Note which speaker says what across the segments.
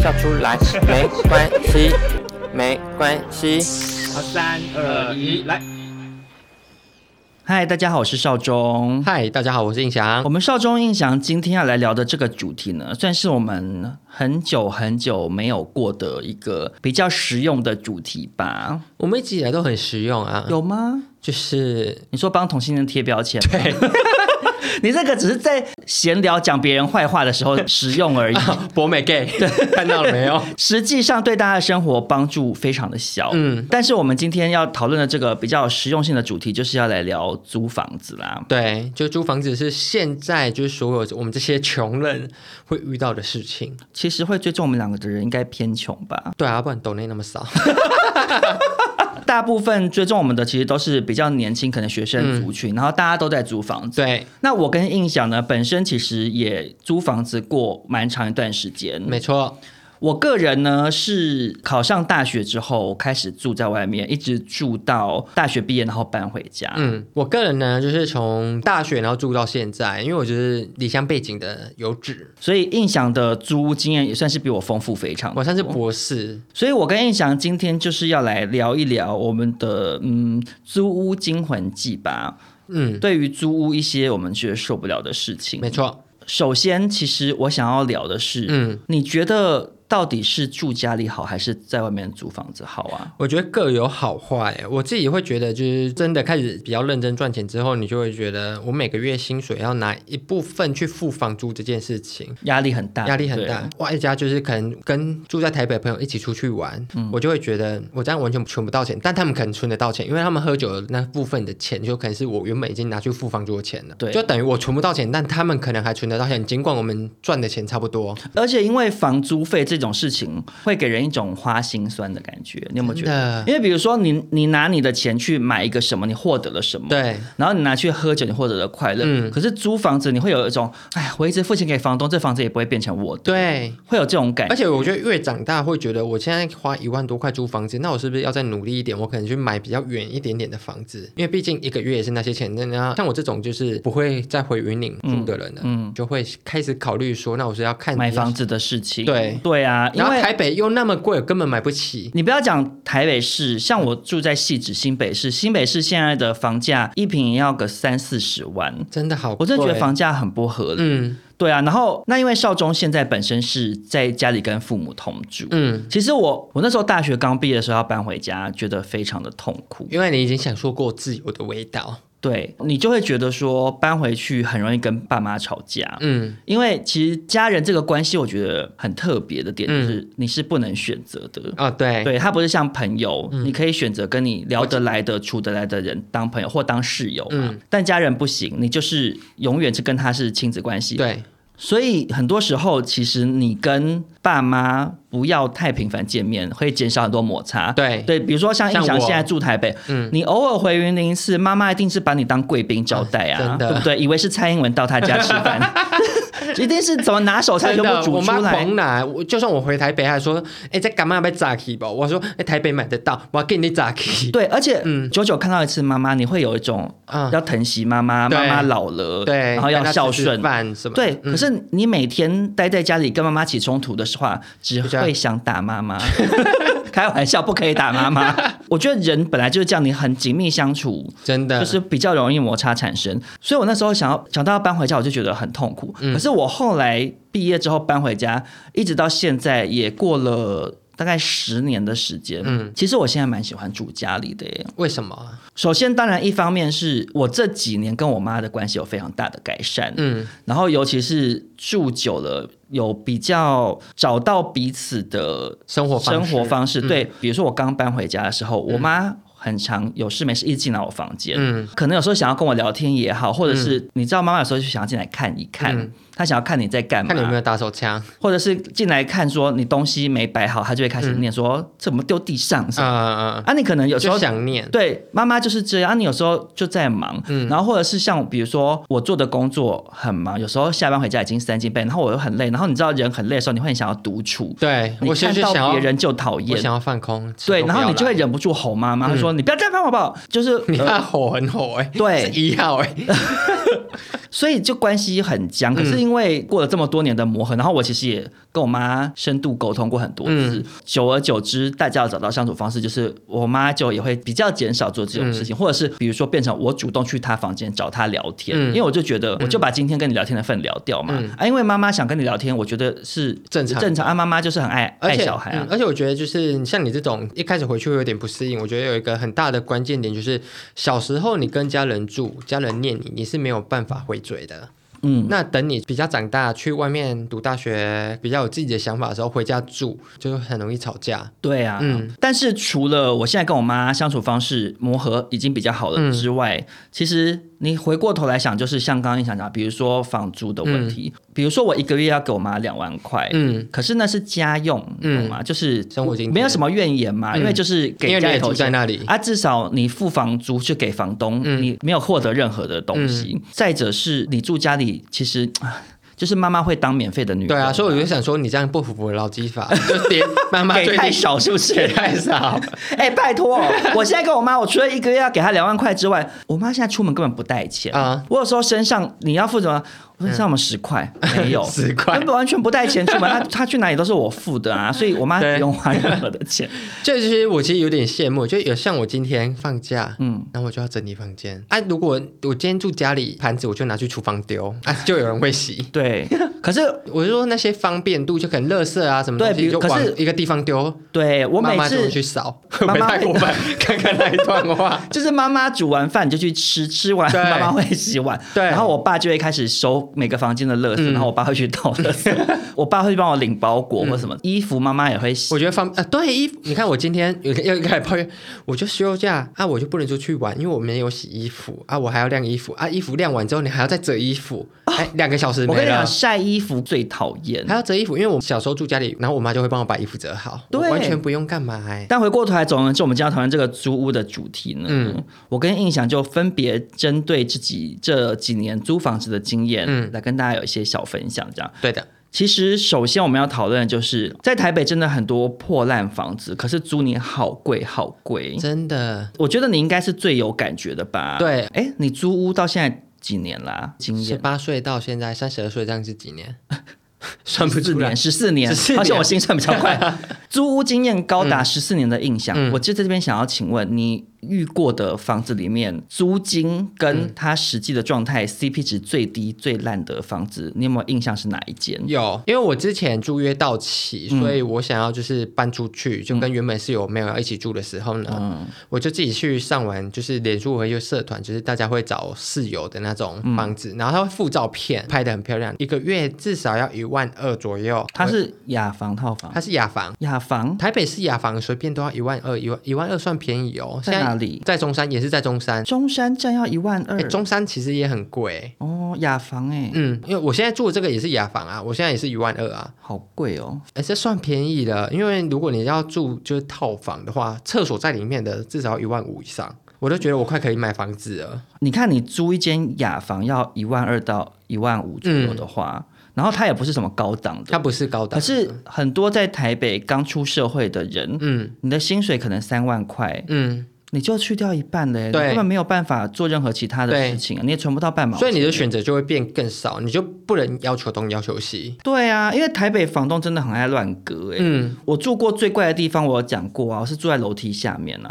Speaker 1: 笑出来没关系， 没关系。
Speaker 2: 好，三二一，来。嗨，大家好，我是少中。
Speaker 3: 嗨，大家好，我是印翔
Speaker 2: 我。们少中印象今天要来聊的这个主题呢，算是我们很久很久没有过的一个比较实用的主题吧？
Speaker 3: 我们一直以来都很实用啊，
Speaker 2: 有吗？
Speaker 3: 就是
Speaker 2: 你说帮同性恋贴标签？对， 你这个只是在闲聊讲别人坏话的时候实用而已。
Speaker 3: 博 美 gay，看到了没有？
Speaker 2: 实际上对大家的生活帮助非常的小，嗯
Speaker 3: 嗯，
Speaker 2: 但是我们今天要讨论的这个比较实用性的主题，就是要来聊租房子啦。
Speaker 3: 对，就租房子是现在就是所有我们这些穷人会遇到的事情。
Speaker 2: 其实会追踪我们两个的人应该偏穷吧，
Speaker 3: 对啊，不然抖内那么少。
Speaker 2: 大部分追踪我们的其实都是比较年轻，可能学生族群，然后大家都在租房子。
Speaker 3: 对，
Speaker 2: 那我跟印象呢，本身其实也租房子过蛮长一段时间。
Speaker 3: 没错，
Speaker 2: 我个人呢是考上大学之后开始住在外面，一直住到大学毕业，然后搬回家。
Speaker 3: 嗯，我个人呢就是从大学然后住到现在，因为我就是离乡背景的有志，
Speaker 2: 所以印象的租屋经验也算是比我丰富非常多。
Speaker 3: 我算是博士。
Speaker 2: 所以我跟印象今天就是要来聊一聊我们的嗯租屋惊魂记吧。
Speaker 3: 嗯，
Speaker 2: 对于租屋一些我们觉得受不了的事情，
Speaker 3: 没。错。
Speaker 2: 首先，其实我想要聊的是，
Speaker 3: 嗯
Speaker 2: 你觉得到底是住家里好，还是在外面租房子好啊？
Speaker 3: 我觉得各有好坏。我自己会觉得，就是真的开始比较认真赚钱之后，你就会觉得我每个月薪水要拿一部分去付房租这件事情。
Speaker 2: 压力很大，
Speaker 3: 压力很
Speaker 2: 对
Speaker 3: 大。，外加就是可能跟住在台北的朋友一起出去玩，
Speaker 2: 嗯
Speaker 3: 我就会觉得我这样完全存不到钱，但他们可能存得到钱，因为他们喝酒的那部分的钱就可能是我原本已经拿去付房租的钱了，
Speaker 2: 对
Speaker 3: 就等于我存不到钱，但他们可能还存得到钱，尽管我们赚的钱差不多。
Speaker 2: 而且因为房租费这种事情，会给人一种花心酸的感觉。你有没有觉得
Speaker 3: 真？的
Speaker 2: 因为比如说你，你拿你的钱去买一个什么，你获得了什么？。
Speaker 3: 对，
Speaker 2: 然后你拿去喝酒，你获得了快乐。
Speaker 3: 嗯
Speaker 2: 可是租房子，你会有一种，哎，我一直付钱给房东，这房子也不会变成我的，
Speaker 3: 对。
Speaker 2: 会有这种感觉
Speaker 3: 而。且我觉得越长大会觉得，我现在花一万多块租房子，那我是不是要再努力一点？我可能去买比较远一点点的房子，因为毕竟一个月也是那些钱。那那像我这种就是不会再回云岭住的人了，
Speaker 2: 嗯
Speaker 3: 就会开始考虑说，那我是要看
Speaker 2: 买
Speaker 3: 比较
Speaker 2: 房，子的事情。
Speaker 3: 对
Speaker 2: 对啊，因
Speaker 3: 然后
Speaker 2: 为
Speaker 3: 台北又那么贵，我根本买不起。
Speaker 2: 你不要讲台北市，像我住在汐止新北市，新北市现在的房价一平也要个三四十万。
Speaker 3: 真的好贵，
Speaker 2: 我真的觉得房价很不合理，
Speaker 3: 嗯
Speaker 2: 对啊。然后那因为少中现在本身是在家里跟父母同住，
Speaker 3: 嗯，
Speaker 2: 其实我我那时候大学刚毕业的时候要搬回家，觉得非常的痛苦。
Speaker 3: 因为你已经享受过自由的味道，
Speaker 2: 对你就会觉得说搬回去很容易跟爸妈吵架，
Speaker 3: 嗯，
Speaker 2: 因为其实家人这个关系，我觉得很特别的
Speaker 3: 嗯
Speaker 2: 点就是你是不能选择的。
Speaker 3: 哦对，
Speaker 2: 对他不是像朋友，
Speaker 3: 嗯
Speaker 2: 你可以选择跟你聊得来的、处得来的人当朋友或当室友嘛。
Speaker 3: 嗯
Speaker 2: 但家人不行，你就是永远是跟他是亲子关系。，
Speaker 3: 对
Speaker 2: 所以很多时候其实你跟爸妈不要太频繁见面，会减少很多摩擦。
Speaker 3: 对
Speaker 2: 对，比如说像印
Speaker 3: 哎像
Speaker 2: 翔
Speaker 3: 我
Speaker 2: 现在住台北，
Speaker 3: 嗯
Speaker 2: 你偶尔回云林一次，妈妈一定是把你当贵宾招待
Speaker 3: 啊
Speaker 2: 啊，
Speaker 3: 真的
Speaker 2: 对不对？以为是蔡英文到他家吃 饭，一定是怎么拿手菜全
Speaker 3: 真
Speaker 2: 部
Speaker 3: 的，
Speaker 2: 煮
Speaker 3: 我妈
Speaker 2: 出来
Speaker 3: 狂。拿，我就算我回台北，她还说，哎、这干嘛被炸起吧？我说，哎、台北买得到，我要给你炸起。
Speaker 2: 对，而且
Speaker 3: 嗯
Speaker 2: 久久看到一次妈妈，你会有一种
Speaker 3: 啊
Speaker 2: 要疼惜妈妈，
Speaker 3: 对
Speaker 2: 妈妈老了，
Speaker 3: 对，
Speaker 2: 然后要
Speaker 3: 带她
Speaker 2: 孝
Speaker 3: 吃
Speaker 2: 顺。
Speaker 3: 饭什么，
Speaker 2: 对，
Speaker 3: 嗯
Speaker 2: 可是你每天待在家里跟妈妈起冲突的话，只
Speaker 3: 就这样
Speaker 2: 会想打妈妈。 开玩笑，不可以打 妈妈。我觉得人本来就是这样，你很紧密相处，
Speaker 3: 真的
Speaker 2: 就是比较容易摩擦产生。所以我那时候想要想到要搬回家，我就觉得很痛苦。
Speaker 3: 嗯
Speaker 2: 可是我后来毕业之后搬回家，一直到现在也过了。大概十年的时间，嗯
Speaker 3: 嗯，
Speaker 2: 其实我现在蛮喜欢住家里的耶。
Speaker 3: 为什么啊？
Speaker 2: 首先，当然一方面是我这几年跟我妈的关系有非常大的改善，
Speaker 3: 嗯，
Speaker 2: 然后尤其是住久了，有比较找到彼此的
Speaker 3: 生活
Speaker 2: 生
Speaker 3: 方式嗯
Speaker 2: 活方式。对，比如说我刚搬回家的时候，我妈很常有事没事一进来我房间，
Speaker 3: 嗯
Speaker 2: 可能有时候想要跟我聊天也好，或者是你知道妈妈有时候就想要进来看一看。
Speaker 3: 嗯
Speaker 2: 他想要看你在干嘛，
Speaker 3: 看你有没有打手枪
Speaker 2: 或者是进来看说你东西没摆好，他就会开始念说、这怎么丢地上什么、
Speaker 3: 啊、
Speaker 2: 啊？你可能有时
Speaker 3: 就
Speaker 2: 候
Speaker 3: 想念，
Speaker 2: 对，妈妈就是这样。啊你有时候就在忙，
Speaker 3: 嗯
Speaker 2: 然后或者是像比如说我做的工作很忙，有时候下班回家已经三更半夜，然后我又很累，然后你知道人很累的时候，你会很想要独处，
Speaker 3: 对
Speaker 2: 你
Speaker 3: 我现
Speaker 2: 看
Speaker 3: 在就想
Speaker 2: 到
Speaker 3: 要
Speaker 2: 别人就讨
Speaker 3: 我
Speaker 2: 厌，
Speaker 3: 想要放空，吃
Speaker 2: 对，
Speaker 3: 都不
Speaker 2: 然后
Speaker 3: 要
Speaker 2: 你就会
Speaker 3: 来嗯
Speaker 2: 忍不住吼妈妈，说你不要这样翻好不好？就是
Speaker 3: 你
Speaker 2: 呃
Speaker 3: 看吼很吼哎、欸，
Speaker 2: 对
Speaker 3: 是一号哎、欸，
Speaker 2: 所以就关系很僵。可是因为过了这么多年的磨合，然后我其实也跟我妈深度沟通过很多
Speaker 3: 嗯
Speaker 2: 次，久而久之，大家要找到相处方式，就是我妈就也会比较减少做这种
Speaker 3: 嗯
Speaker 2: 事情，或者是比如说变成我主动去她房间找她聊天，
Speaker 3: 嗯
Speaker 2: 因为我就觉得我就把今天跟你聊天的份聊掉嘛，啊，因为妈妈想跟你聊天，我觉得是
Speaker 3: 正常
Speaker 2: 正常啊，妈妈就是很爱
Speaker 3: 而
Speaker 2: 爱
Speaker 3: 且
Speaker 2: 小孩啊
Speaker 3: 嗯，而且我觉得就是像你这种一开始回去会有点不适应，我觉得有一个很大的关键点就是小时候你跟家人住，家人念你，你是没有办法回嘴的。
Speaker 2: 嗯，
Speaker 3: 那等你比较长大，去外面读大学，比较有自己的想法的时候，回家住就很容易吵架。
Speaker 2: 对啊，
Speaker 3: 嗯
Speaker 2: 但是除了我现在跟我妈相处方式磨合已经比较好
Speaker 3: 嗯
Speaker 2: 了之外，其实你回过头来想，就是像刚刚你想讲，比如说房租的问题，比如说我一个月要给我妈两万块，
Speaker 3: 嗯，
Speaker 2: 可是那是家用，你懂吗？就是
Speaker 3: 生活津贴
Speaker 2: 没有什么怨言嘛，
Speaker 3: 嗯
Speaker 2: 因为就是
Speaker 3: 因
Speaker 2: 给
Speaker 3: 为你
Speaker 2: 家里
Speaker 3: 也
Speaker 2: 头
Speaker 3: 住在
Speaker 2: 钱。
Speaker 3: 那里，
Speaker 2: 啊，至少你付房租去给房东，
Speaker 3: 嗯
Speaker 2: 你没有获得任何的东西。再者是你住家里，其实啊就是妈妈会当免费的女佣
Speaker 3: 对
Speaker 2: 嘛
Speaker 3: 啊，所以我就想说，你这样不符合劳基法，就点妈妈
Speaker 2: 给
Speaker 3: 最
Speaker 2: 太
Speaker 3: 低
Speaker 2: 少是不是？
Speaker 3: 给太 少，
Speaker 2: 哎、拜托，我现在跟我妈，我除了一个月要给她两万块之外，我妈现在出门根本不带钱
Speaker 3: 啊
Speaker 2: 啊。我有时候身上你要付什么？我身上我们十块、没 有，
Speaker 3: 10块嗯
Speaker 2: 根本完全不带钱出门。她她去哪里都是我付的啊，所以我妈不
Speaker 3: 对
Speaker 2: 用花任何的 钱。
Speaker 3: 这就是我其实有点羡慕，就有像我今天放假，嗯
Speaker 2: 嗯，
Speaker 3: 然后我就要整理房间。啊，如果我今天住家里，盘子我就拿去厨房丢，啊，就有人会洗。
Speaker 2: 对，可是
Speaker 3: 我就说那些方便度，就可能垃圾啊什么东
Speaker 2: 对比
Speaker 3: 西，
Speaker 2: 如
Speaker 3: 就往
Speaker 2: 可是
Speaker 3: 一个地方丢。
Speaker 2: 对我每
Speaker 3: 妈妈就会
Speaker 2: 次
Speaker 3: 去扫，会不
Speaker 2: 妈
Speaker 3: 会
Speaker 2: 妈
Speaker 3: 太
Speaker 2: 会
Speaker 3: 过分？ 看看那一段 话，
Speaker 2: 就是妈妈煮完饭你就去吃，吃完
Speaker 3: 对
Speaker 2: 妈妈会洗碗，
Speaker 3: 对
Speaker 2: 然后我爸就会开始收每个房间的垃圾，
Speaker 3: 嗯
Speaker 2: 然后我爸会去倒垃 圾，我爸会帮我领包裹
Speaker 3: 嗯
Speaker 2: 或什么，衣服妈妈也会洗
Speaker 3: 我。觉得方啊，对衣服，你看我今天有又开始抱怨，我就休假啊，我就不能出去玩，因为我没有洗衣服啊，我还要晾衣服啊，衣服晾完之后你还要再折衣服，哎、两个小时
Speaker 2: 哦我
Speaker 3: 没
Speaker 2: 跟你
Speaker 3: 了
Speaker 2: 讲，。晒衣服最讨厌
Speaker 3: 还。要折衣服，因为我小时候住家里，然后我妈就会帮我把衣服折好，
Speaker 2: 对
Speaker 3: 我完全不用干嘛哎、
Speaker 2: 但回过头来，总而言之，我们今天要讨论这个租屋的主题呢，
Speaker 3: 嗯
Speaker 2: 我跟印象就分别针对自己这几年租房子的经验，
Speaker 3: 嗯
Speaker 2: 来跟大家有一些小分享。这样，
Speaker 3: 对的，
Speaker 2: 其实首先我们要讨论的就是，在台北真的很多破烂房子，可是租你好贵好贵。
Speaker 3: 真的
Speaker 2: 我觉得你应该是最有感觉的吧？
Speaker 3: 对
Speaker 2: 哎，你租屋到现在几年啦、经
Speaker 3: 十
Speaker 2: 验。
Speaker 3: 八岁到现在三十二岁，这样是几年？ 算 不
Speaker 2: 十四
Speaker 3: 出来
Speaker 2: 年，。十四年
Speaker 3: 14，年
Speaker 2: 而且我心算比较快。 租屋经验高达十四年的印象，
Speaker 3: 嗯
Speaker 2: 我就在这边想要请问，你遇过的房子里面，租金
Speaker 3: 嗯
Speaker 2: 跟它实际的状态 CP 值最低、最烂的房子，你有没有印象是哪一间？
Speaker 3: 有，因为我之前租约到期，
Speaker 2: 嗯
Speaker 3: 所以我想要就是搬出去，就跟原本室友没有要一起住的时候呢，
Speaker 2: 嗯
Speaker 3: 我就自己去上完就是脸书和一个社团，就是大家会找室友的那种
Speaker 2: 嗯
Speaker 3: 房子，然后他会附照片，拍的很漂亮，一个月至少要一万二左右。
Speaker 2: 它
Speaker 3: 我
Speaker 2: 是雅房、套房
Speaker 3: 它？是雅房，
Speaker 2: 雅房
Speaker 3: 台北市雅房随便都要一万二，一万一万二算便宜哦。
Speaker 2: 在
Speaker 3: 现
Speaker 2: 哪里
Speaker 3: 在中山也是在中山，
Speaker 2: 中山站要一万二
Speaker 3: 哎，，中山其实也很贵。
Speaker 2: 哦，雅房哎，
Speaker 3: 嗯，因为我现在住的这个也是雅房啊，我现在也是一万二啊，
Speaker 2: 好贵哦。
Speaker 3: 哎，这算便宜的。因为如果你要住就是套房的话，厕所在里面的至少一万五以上，我都觉得我快可以买房子了。
Speaker 2: 你看，你租一间雅房要一万二到一万五左
Speaker 3: 嗯
Speaker 2: 右的话，然后它也不是什么高档的
Speaker 3: 它。不是高档，
Speaker 2: 嗯可是很多在台北刚出社会的人，
Speaker 3: 嗯
Speaker 2: 你的薪水可能三万块，
Speaker 3: 嗯，
Speaker 2: 你就去掉一半嘞，你
Speaker 3: 对
Speaker 2: 根本没有办法做任何其他的
Speaker 3: 对
Speaker 2: 事情，啊你也存不到半毛钱。
Speaker 3: 所以你的选择就会变更少，你就不能要求东要求 西。
Speaker 2: 对啊，因为台北房东真的很爱乱割哎、
Speaker 3: 嗯，
Speaker 2: 我住过最怪的地方，我有讲过啊，我是住在楼梯下面 啊。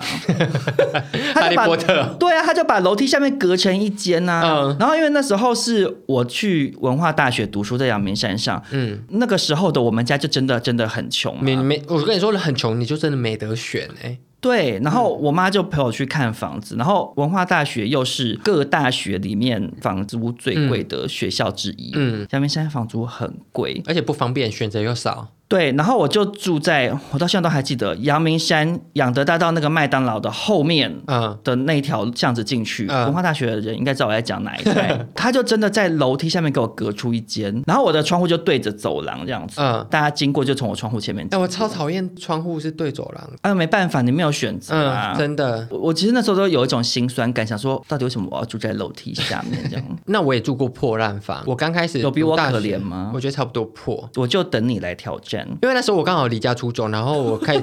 Speaker 3: 哈利波特
Speaker 2: 对啊，他就把楼梯下面隔成一间呐、啊。
Speaker 3: 嗯
Speaker 2: 然后因为那时候是我去文化大学读书，在阳明山上，
Speaker 3: 嗯
Speaker 2: 嗯，那个时候的我们家就真的真的很穷嘛，啊
Speaker 3: 你没，我跟你说很穷，你就真的没得选哎、
Speaker 2: 对，然后我妈就陪我去看房子，然后文化大学又是各大学里面房租最贵的学校之一。
Speaker 3: 嗯
Speaker 2: 嗯，阳明山房租很贵，
Speaker 3: 而且不方便，选择又少。
Speaker 2: 对，然后我就住在，我到现在都还记得，阳明山养德大道那个麦当劳的后面
Speaker 3: 嗯，
Speaker 2: 的那一条巷子进去。
Speaker 3: 嗯
Speaker 2: 文化大学的人应该知道我在讲哪一块， 他就真的在楼梯下面给我隔出一间，然后我的窗户就对着走廊这样子，
Speaker 3: 嗯
Speaker 2: 大家经过就从我窗户前面
Speaker 3: 哎，
Speaker 2: 经过。
Speaker 3: 我超讨厌窗户是对走廊，
Speaker 2: 啊，没办法，你没有选择啊。
Speaker 3: 嗯，真的。
Speaker 2: 我我其实那时候都有一种心酸感，想说到底为什么我要住在楼梯下面这 样？
Speaker 3: 那我也住过破烂房，我刚开始
Speaker 2: 有比我
Speaker 3: 读大
Speaker 2: 可
Speaker 3: 学
Speaker 2: 怜吗
Speaker 3: 我觉得差不多破。
Speaker 2: 我就等你来挑战，
Speaker 3: 因为那时候我刚好离家出走，然后我 开始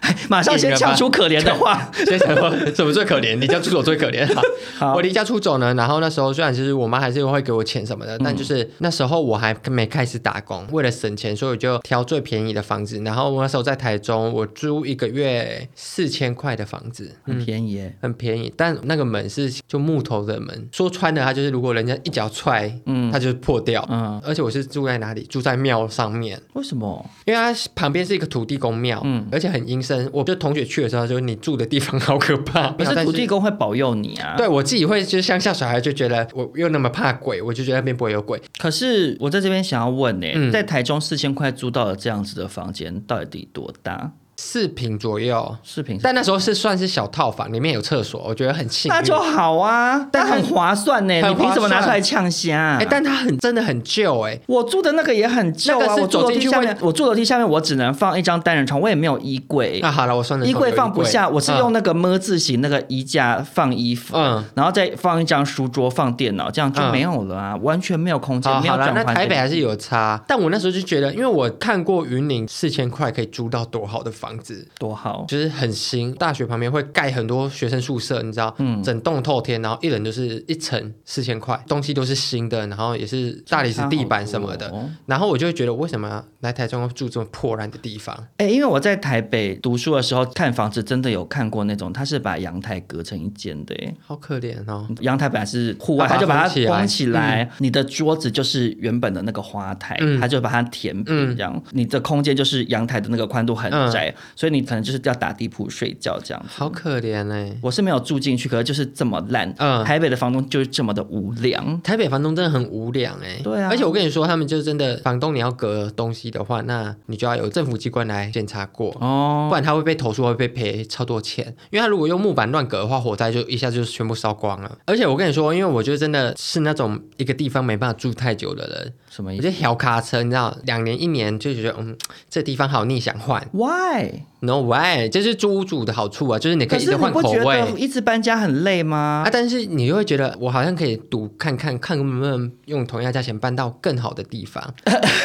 Speaker 2: 哎马上先唱出可怜的话。
Speaker 3: 先想说 什么最可怜，离家出走最可怜。
Speaker 2: 啊
Speaker 3: 啊
Speaker 2: 好
Speaker 3: 我离家出走呢，然后那时候虽然就是我妈还是会给我钱什么的，
Speaker 2: 嗯
Speaker 3: 但就是那时候我还没开始打工，为了省钱，所以我就挑最便宜的房子。然后我那时候在台中，我租一个月四千块的房子，
Speaker 2: 很便宜耶，
Speaker 3: 很便宜，但那个门是就木头的门，说穿了它就是如果人家一脚踹，嗯，它就破掉。
Speaker 2: 嗯，
Speaker 3: 而且我是住在哪里？住在庙上面，
Speaker 2: 为什么？
Speaker 3: 因为它旁边是一个土地公庙，嗯，而且很阴森。我就同学去的时候，他说你住的地方好可怕。 然后
Speaker 2: 可是
Speaker 3: 但
Speaker 2: 土地公会保佑你啊。
Speaker 3: 对我自己会就是乡下小孩就觉得我又那么怕鬼，我就觉得那边不会有鬼。
Speaker 2: 可是我在这边想要问呢、
Speaker 3: 嗯
Speaker 2: 在台中四千块租到了这样子的房间，到底多大？
Speaker 3: 四平左右，
Speaker 2: 视频
Speaker 3: 但那时候是算是小套房，里面有厕所，我觉得很幸运。
Speaker 2: 那就好啊，但
Speaker 3: 但
Speaker 2: 很
Speaker 3: 很
Speaker 2: 划算呢、
Speaker 3: 很
Speaker 2: 你凭什么
Speaker 3: 划
Speaker 2: 拿
Speaker 3: 算
Speaker 2: 出来呛虾、
Speaker 3: 哎、但它很真的很旧哎、
Speaker 2: 我住的那个也很旧
Speaker 3: 那
Speaker 2: 啊，
Speaker 3: 个是
Speaker 2: 我住楼
Speaker 3: 走进
Speaker 2: 梯
Speaker 3: 去
Speaker 2: 下
Speaker 3: 会
Speaker 2: 面，我住楼梯下面，我只能放一张单人床，我也没有衣柜。
Speaker 3: 那好了，我算得
Speaker 2: 衣
Speaker 3: 通有
Speaker 2: 柜
Speaker 3: 衣
Speaker 2: 放不下，我是用
Speaker 3: 嗯
Speaker 2: 那个么字形那个衣架放衣服，
Speaker 3: 嗯
Speaker 2: 然后再放一张书桌放电脑，这样就没有了啊，完全没有空间，
Speaker 3: 好
Speaker 2: 没有
Speaker 3: 好了，
Speaker 2: 转
Speaker 3: 那
Speaker 2: 换的。
Speaker 3: 台北还是有差，但我那时候就觉得，因为我看过云林四千块可以租到多好的房子，
Speaker 2: 多好，
Speaker 3: 就是很新。大学旁边会盖很多学生宿舍，你知道，嗯，整栋透天，然后一人就是一层四千块，东西都是新的，然后也是大理石地板什么的。
Speaker 2: 差好多哦
Speaker 3: 然后我就会觉得，为什么来台中要住这么破烂的地方？
Speaker 2: 哎、因为我在台北读书的时候看房子，真的有看过那种，它是把阳台隔成一间的、哎
Speaker 3: 好可怜哦。
Speaker 2: 阳台本来是户外，
Speaker 3: 它
Speaker 2: 他
Speaker 3: 把它
Speaker 2: 就
Speaker 3: 封起
Speaker 2: 把它
Speaker 3: 来
Speaker 2: 封起来。你的桌子就是原本的那个花台，
Speaker 3: 嗯
Speaker 2: 他就把它填平，
Speaker 3: 嗯
Speaker 2: 这样、你的空间就是阳台的那个宽度很窄，所以你可能就是要打地铺睡觉这样子。
Speaker 3: 好可怜哎、
Speaker 2: 我是没有住进去，可是就是这么烂。
Speaker 3: 嗯
Speaker 2: 台北的房东就是这么的无良。
Speaker 3: 台北房东真的很无良哎、
Speaker 2: 对啊
Speaker 3: 而且我跟你说，他们就真的房东你要隔东西的话，那你就要有政府机关来检查过，
Speaker 2: 哦，
Speaker 3: 不然他会被投诉，会被赔超多钱。因为他如果用木板乱隔的话，火灾就一下就全部烧光了。而且我跟你说，因为我就真的是那种一个地方没办法住太久的人，
Speaker 2: 什么意
Speaker 3: 我
Speaker 2: 思
Speaker 3: 就小卡车，你知道，两年一年就觉得嗯，这地方好腻，想换。
Speaker 2: ？Why？
Speaker 3: No way，这是租屋主的好处啊，就是你可
Speaker 2: 可
Speaker 3: 以一
Speaker 2: 是
Speaker 3: 直
Speaker 2: 你
Speaker 3: 换
Speaker 2: 不
Speaker 3: 口
Speaker 2: 觉得
Speaker 3: 味。
Speaker 2: 一直搬家很累吗
Speaker 3: 啊！？但是你又会觉得，我好像可以赌看看看能不能用同样价钱搬到更好的地 方。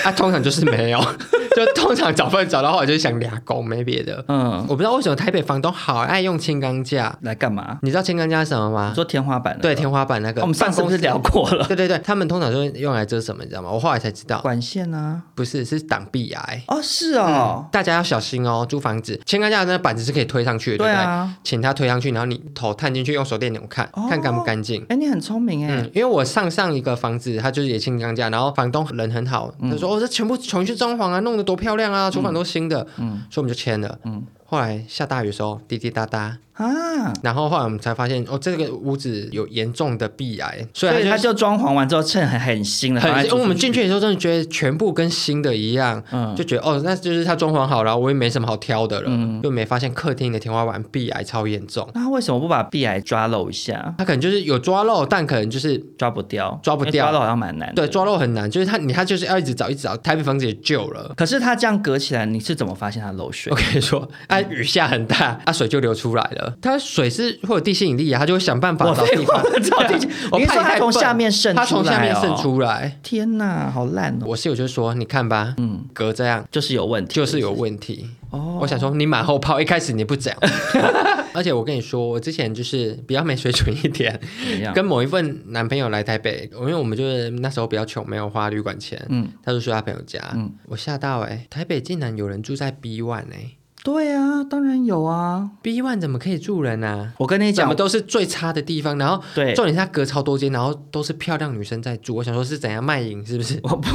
Speaker 3: 啊，通常就是没有， 就通常找份找到后来就是想俩工，没别的。
Speaker 2: 嗯，
Speaker 3: 我不知道为什么台北房东好爱用轻钢架，
Speaker 2: 来干嘛？
Speaker 3: 你知道轻钢架是什么
Speaker 2: 你
Speaker 3: 吗？
Speaker 2: 说天花板、哦
Speaker 3: 对，天花板那个。
Speaker 2: 我们上次不是聊过了？
Speaker 3: 对对对，他们通常就用来遮什么，你知道吗？我后来才知道，
Speaker 2: 管线啊？
Speaker 3: 不是是挡壁癌。
Speaker 2: 哦，是哦，
Speaker 3: 大家要小心哦，租房子，轻钢架的那板子是可以推上去的，
Speaker 2: 对
Speaker 3: 对不
Speaker 2: 啊
Speaker 3: 对？请他推上去，然后你头探进去，用手电筒看
Speaker 2: 哦，
Speaker 3: 看干不干净。
Speaker 2: 哎、你很聪明哎、
Speaker 3: 嗯，因为我上上一个房子，它就是也轻钢架，然后房东人很好，他说：“哦，这全部重新装潢啊，弄得多漂亮啊，厨房都新的。”嗯，所以我们就签了。嗯，后来下大雨的时候，滴滴答答，
Speaker 2: 啊，
Speaker 3: 然后后来我们才发现，哦，这个屋子有严重的壁癌，所
Speaker 2: 所
Speaker 3: 以
Speaker 2: 以他
Speaker 3: 它就
Speaker 2: 就装潢完之后趁很很新了，
Speaker 3: 很，
Speaker 2: 赶快
Speaker 3: 因为我们进
Speaker 2: 出
Speaker 3: 去的时候真的觉得全部跟新的一样，
Speaker 2: 嗯
Speaker 3: 就觉得哦，那就是它装潢好了，我也没什么好挑的了，又没发现客厅的天花板壁癌超严重，
Speaker 2: 那他为什么不把壁癌抓漏一下？
Speaker 3: 它可能就是有抓漏，但可能就是。
Speaker 2: 抓不掉，
Speaker 3: 抓不
Speaker 2: 因为
Speaker 3: 掉
Speaker 2: 抓漏好像蛮难的。
Speaker 3: 对，抓漏很难，就是它你它就是要一直找，一直找，台北房子也旧了。
Speaker 2: 可是他这样隔起来，你是怎么发现它漏水
Speaker 3: 我？跟你说，啊，雨下很大，啊，水就流出来了。它水是会有地心引力啊，它就会想办法
Speaker 2: 我
Speaker 3: 找
Speaker 2: 废
Speaker 3: 地
Speaker 2: 话
Speaker 3: 方。
Speaker 2: 不知道 地心
Speaker 3: 啊我
Speaker 2: 你是
Speaker 3: 怕
Speaker 2: 说它
Speaker 3: 太
Speaker 2: 从
Speaker 3: 笨
Speaker 2: 下面渗
Speaker 3: 它从
Speaker 2: 出来
Speaker 3: 下面
Speaker 2: 哦
Speaker 3: 渗出来。
Speaker 2: 天哪，好烂哦！
Speaker 3: 我室友就说：“你看吧，嗯，隔这样
Speaker 2: 就是有问题，
Speaker 3: 就是有问题。”
Speaker 2: 哦
Speaker 3: 哦，我想说你马后炮，一开始你不 讲。而且我跟你说，我之前就是比较没水准一点，
Speaker 2: 怎样？
Speaker 3: 跟某一份男朋友来台北，因为我们就是那时候比较穷，没有花旅馆钱，
Speaker 2: 嗯
Speaker 3: 嗯，他就睡他朋友家，
Speaker 2: 嗯
Speaker 3: 嗯，我吓到哎、台北竟然有人住在 B one 哎
Speaker 2: 对啊，当然有啊。
Speaker 3: ，B one 怎么可以住人啊？
Speaker 2: 我跟你
Speaker 3: 怎
Speaker 2: 讲
Speaker 3: 么，都是最差的地方，然后
Speaker 2: 对
Speaker 3: 重点是他隔超多间，然后都是漂亮女生在住，我想说是怎样卖淫是不是？
Speaker 2: 我不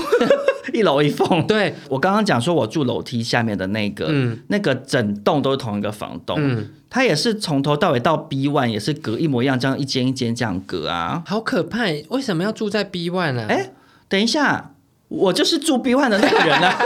Speaker 2: 一楼一缝。
Speaker 3: 对，
Speaker 2: 我刚刚讲说，我住楼梯下面的那个，
Speaker 3: 嗯
Speaker 2: 那个整栋都是同一个房东，
Speaker 3: 嗯
Speaker 2: 他也是从头到尾到 B one 也是隔一模一样，这样一间一间这样隔啊。
Speaker 3: 好可怕！为什么要住在 B one 啊？
Speaker 2: 哎，等一下，我就是住 B one 的那个人 啊。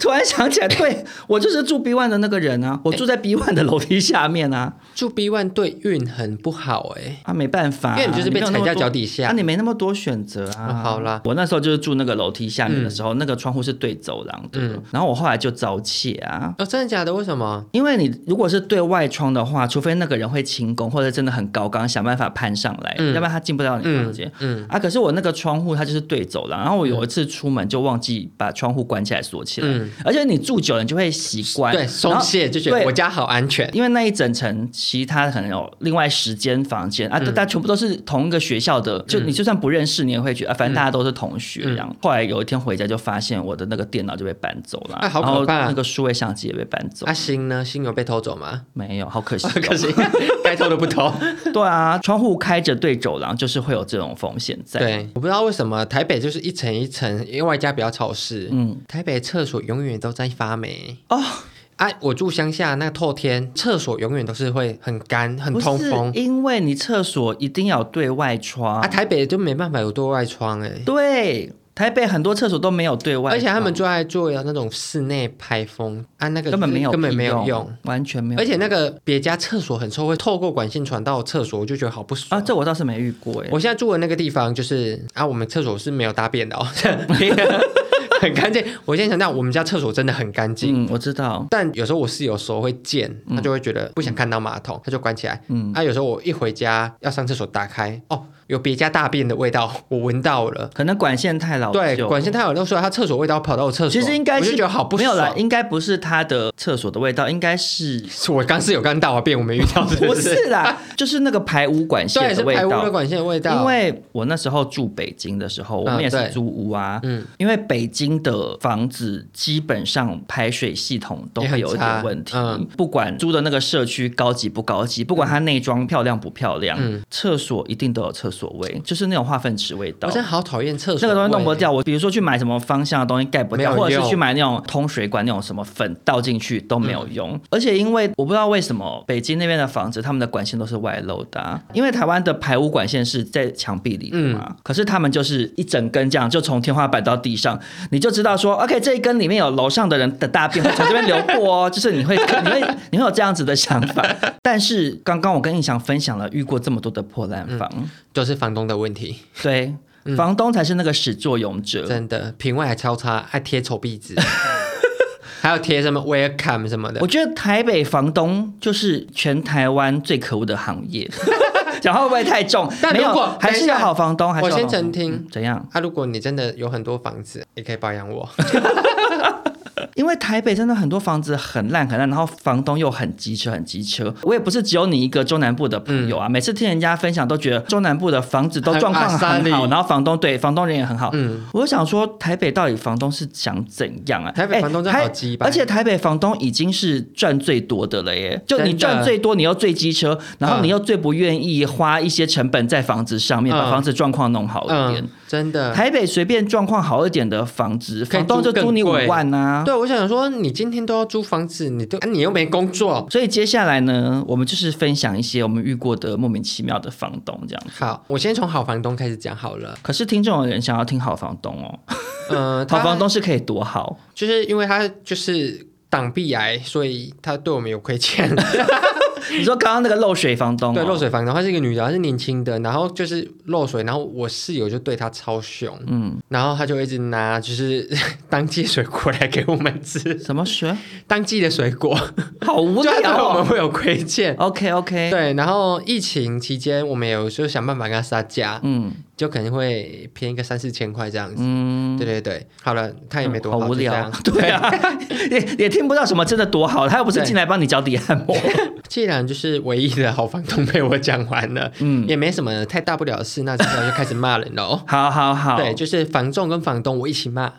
Speaker 2: 突然想起来，对我就是住 B one 的那个人啊，我住在 B one 的楼梯下面啊，
Speaker 3: 住 B one 对运很不好哎、
Speaker 2: 啊没办法啊、
Speaker 3: 因为你就是被
Speaker 2: 没有那么
Speaker 3: 踩在
Speaker 2: 多
Speaker 3: 脚底下
Speaker 2: 啊，你没那么多选择啊
Speaker 3: 哦。好嗯啦
Speaker 2: 我那时候就是住那个楼梯下面的时候，那个窗户是对走廊的，
Speaker 3: 嗯
Speaker 2: 然后我后来就遭窃啊。
Speaker 3: 哦，真的假的？为什么？
Speaker 2: 因为你如果是对外窗的话，除非那个人会轻功，或者真的很高刚，想办法攀上来，要不然他进不到你房间。
Speaker 3: 嗯，
Speaker 2: 啊，可是我那个窗户它就是对走廊，然后我有一次出门就忘记把窗户关起来锁起来，
Speaker 3: 嗯
Speaker 2: 而且你住久了你就会习惯，
Speaker 3: 对，松
Speaker 2: 然后
Speaker 3: 懈就觉得
Speaker 2: 对
Speaker 3: 我家好安全。
Speaker 2: 因为那一整层其他可能有另外十间房间
Speaker 3: 嗯
Speaker 2: 啊，但但全部都是同一个学校的，就你就算不认识，你也会觉得啊，
Speaker 3: 嗯
Speaker 2: 反正大家都是同学这样。后来有一天回家就发现我的那个电脑就被搬走了，
Speaker 3: 哎好可怕
Speaker 2: 然后那个数位相机也被搬走，
Speaker 3: 阿星呢？星有被偷走吗？
Speaker 2: 没有，好可惜、哦，
Speaker 3: 可惜该偷的不偷。
Speaker 2: 对啊，窗户开着对走廊，就是会有这种风险在。，
Speaker 3: 对，我不知道为什么台北就是一层一层，因为外加比较潮湿，
Speaker 2: 嗯
Speaker 3: 嗯，台北厕所永远都在发霉。
Speaker 2: 哦，
Speaker 3: 啊，我住乡下，那透天厕所永远都是会很干、很
Speaker 2: 不
Speaker 3: 通
Speaker 2: 是
Speaker 3: 风。
Speaker 2: 因为你厕所一定要有对外窗，
Speaker 3: 啊，台北就没办法有对外窗哎、
Speaker 2: 对，台北很多厕所都没有对外窗，
Speaker 3: 而且他们最爱做那种室内排风啊，那个
Speaker 2: 根本
Speaker 3: 就是
Speaker 2: 没有
Speaker 3: 根本
Speaker 2: 屁
Speaker 3: 没有用
Speaker 2: 用，，完全没有。
Speaker 3: 而且那个别家厕所很臭，会透过管线传到厕所，我就觉得好不爽
Speaker 2: 啊，这我倒是没遇过哎，
Speaker 3: 我现在住的那个地方就是啊，我们厕所是没有搭便的哦， 很干净。我现在想到我们家厕所真的很干净。
Speaker 2: 嗯，我知道，
Speaker 3: 但有时候我室友手会贱，
Speaker 2: 嗯
Speaker 3: 他就会觉得不想看到马桶，他就关起来。嗯，啊，有时候我一回家要上厕所，打开哦，有别家大便的味道，我闻到了。
Speaker 2: 可能管线太老旧，
Speaker 3: 对，管线太有那时候他厕所味道跑到我厕所，
Speaker 2: 其实应该
Speaker 3: 我
Speaker 2: 是
Speaker 3: 就觉得好不
Speaker 2: 没有啦，
Speaker 3: 爽。
Speaker 2: 应该不是他的厕所的味道，应 该是
Speaker 3: 是我刚是有刚大完便，我没遇到，是
Speaker 2: 不
Speaker 3: 是？
Speaker 2: 是啦，就是那个排污管
Speaker 3: 对，
Speaker 2: 线
Speaker 3: 是
Speaker 2: 味
Speaker 3: 排污
Speaker 2: 道
Speaker 3: 的。管线的味道。
Speaker 2: 因为我那时候住北京的时候，我们
Speaker 3: 嗯
Speaker 2: 也是
Speaker 3: 对
Speaker 2: 租屋啊，
Speaker 3: 嗯
Speaker 2: 因为北京的房子基本上排水系统都会有一
Speaker 3: 也很
Speaker 2: 点
Speaker 3: 差
Speaker 2: 问题，
Speaker 3: 嗯
Speaker 2: 不管租的那个社区高级不高级，不管它内装漂亮不漂亮，
Speaker 3: 嗯
Speaker 2: 厕所一定都有厕所味，就是那种化粪池味
Speaker 3: 我
Speaker 2: 道
Speaker 3: 真。的好讨厌厕所，
Speaker 2: 那个东西弄不。掉，我比如说去买什么方向的东西盖不掉，
Speaker 3: 没有
Speaker 2: 或者是
Speaker 3: 用
Speaker 2: 去买那种通水管那种什么粉倒进去都没有
Speaker 3: 嗯
Speaker 2: 用。而且因为我不知道为什么北京那边的房子他们的管线都是外露的啊、因为台湾的排污管线是在墙壁里的嘛，
Speaker 3: 嗯
Speaker 2: 可是他们就是一整根这样就从天花板到地上，你就知道说，OK 这一根里面有楼上的人的大便会从这边流过哦， 就是你会你会你会有这样子的想 法。但是刚刚我跟印翔分享了遇过这么多的破烂房，
Speaker 3: 就是房东的问题，
Speaker 2: 对。
Speaker 3: 嗯
Speaker 2: 房东才是那个始作俑者，
Speaker 3: 真的品味还超差，还贴丑壁 纸，还有贴什么 welcome 什么的
Speaker 2: 我。觉得台北房东就是全台湾最可恶的行业， 讲话会不会太重？
Speaker 3: 但
Speaker 2: 没
Speaker 3: 如
Speaker 2: 有
Speaker 3: 果
Speaker 2: 还是
Speaker 3: 等一
Speaker 2: 有
Speaker 3: 下
Speaker 2: 好房东，还是有
Speaker 3: 我先
Speaker 2: 好房
Speaker 3: 澄
Speaker 2: 东
Speaker 3: 清
Speaker 2: 嗯怎样？
Speaker 3: 啊，如果你真的有很多房子，你可以包养我。
Speaker 2: 因为台北真的很多房子很烂很烂，然后房东又很机车很机车。我也不是只有你一个中南部的朋友啊，每次听人家分享都觉得中南部的房子都状
Speaker 3: 嗯
Speaker 2: 况
Speaker 3: 很阿萨
Speaker 2: 很
Speaker 3: 利
Speaker 2: 好，然后房东对房东人也很好。
Speaker 3: 嗯
Speaker 2: 我就想说台北到底房东是想怎样啊？
Speaker 3: 台北房东真的
Speaker 2: 哎
Speaker 3: 好鸡
Speaker 2: 台
Speaker 3: 掰
Speaker 2: 而且台北房东已经是赚最多的了耶，就你
Speaker 3: 真的
Speaker 2: 赚最多，你又最机车，然后
Speaker 3: 嗯
Speaker 2: 你又最不愿意花一些成本在房子上面，
Speaker 3: 嗯
Speaker 2: 把房子状况弄好一点
Speaker 3: 嗯。，真的。
Speaker 2: 台北随便状况好一点的房子，
Speaker 3: 可以
Speaker 2: 房东就
Speaker 3: 租更
Speaker 2: 租你五
Speaker 3: 贵
Speaker 2: 万啊。
Speaker 3: 对，我想说，你今天都要租房子，你都、啊、你又没工作。
Speaker 2: 所以接下来呢，我们就是分享一些我们遇过的莫名其妙的房东这样子。
Speaker 3: 好，我先从好房东开始讲好 了。
Speaker 2: 可是听众有人想要听好房东哦，
Speaker 3: 嗯、他
Speaker 2: 好房东是可以多好，
Speaker 3: 就是因为他就是挡壁癌，所以他对我们有亏 欠。
Speaker 2: 你说刚刚那个漏水房东、哦，
Speaker 3: 对，漏水房东，她是一个女的，她是年轻的，然后就是漏水，然后我室友就对她超凶，
Speaker 2: 嗯
Speaker 3: 嗯，然后她就一直拿就是 当季水果来给我们吃，
Speaker 2: 什么水，
Speaker 3: 当季的水果，
Speaker 2: 好无
Speaker 3: 就她对啊
Speaker 2: 聊
Speaker 3: 我们
Speaker 2: 哦。
Speaker 3: 会有亏欠。
Speaker 2: OK OK，，
Speaker 3: 对，然后疫情期间，我们有时候想办法跟她杀价，
Speaker 2: 嗯
Speaker 3: 就可能会便宜个三四千块这样子。
Speaker 2: 嗯，
Speaker 3: 对对对，好了，她也没多
Speaker 2: 好无
Speaker 3: 就这
Speaker 2: 聊
Speaker 3: 样，
Speaker 2: 对啊，也也听不到什么真的多好，他又不是
Speaker 3: 对
Speaker 2: 进来帮你脚底按摩。
Speaker 3: 既然就是唯一的好房东被我讲完了，
Speaker 2: 嗯
Speaker 3: 嗯，也没什么太大不了的事，那之后就开始骂人喽。
Speaker 2: 好好好，
Speaker 3: 对，就是房仲跟房东我一起骂。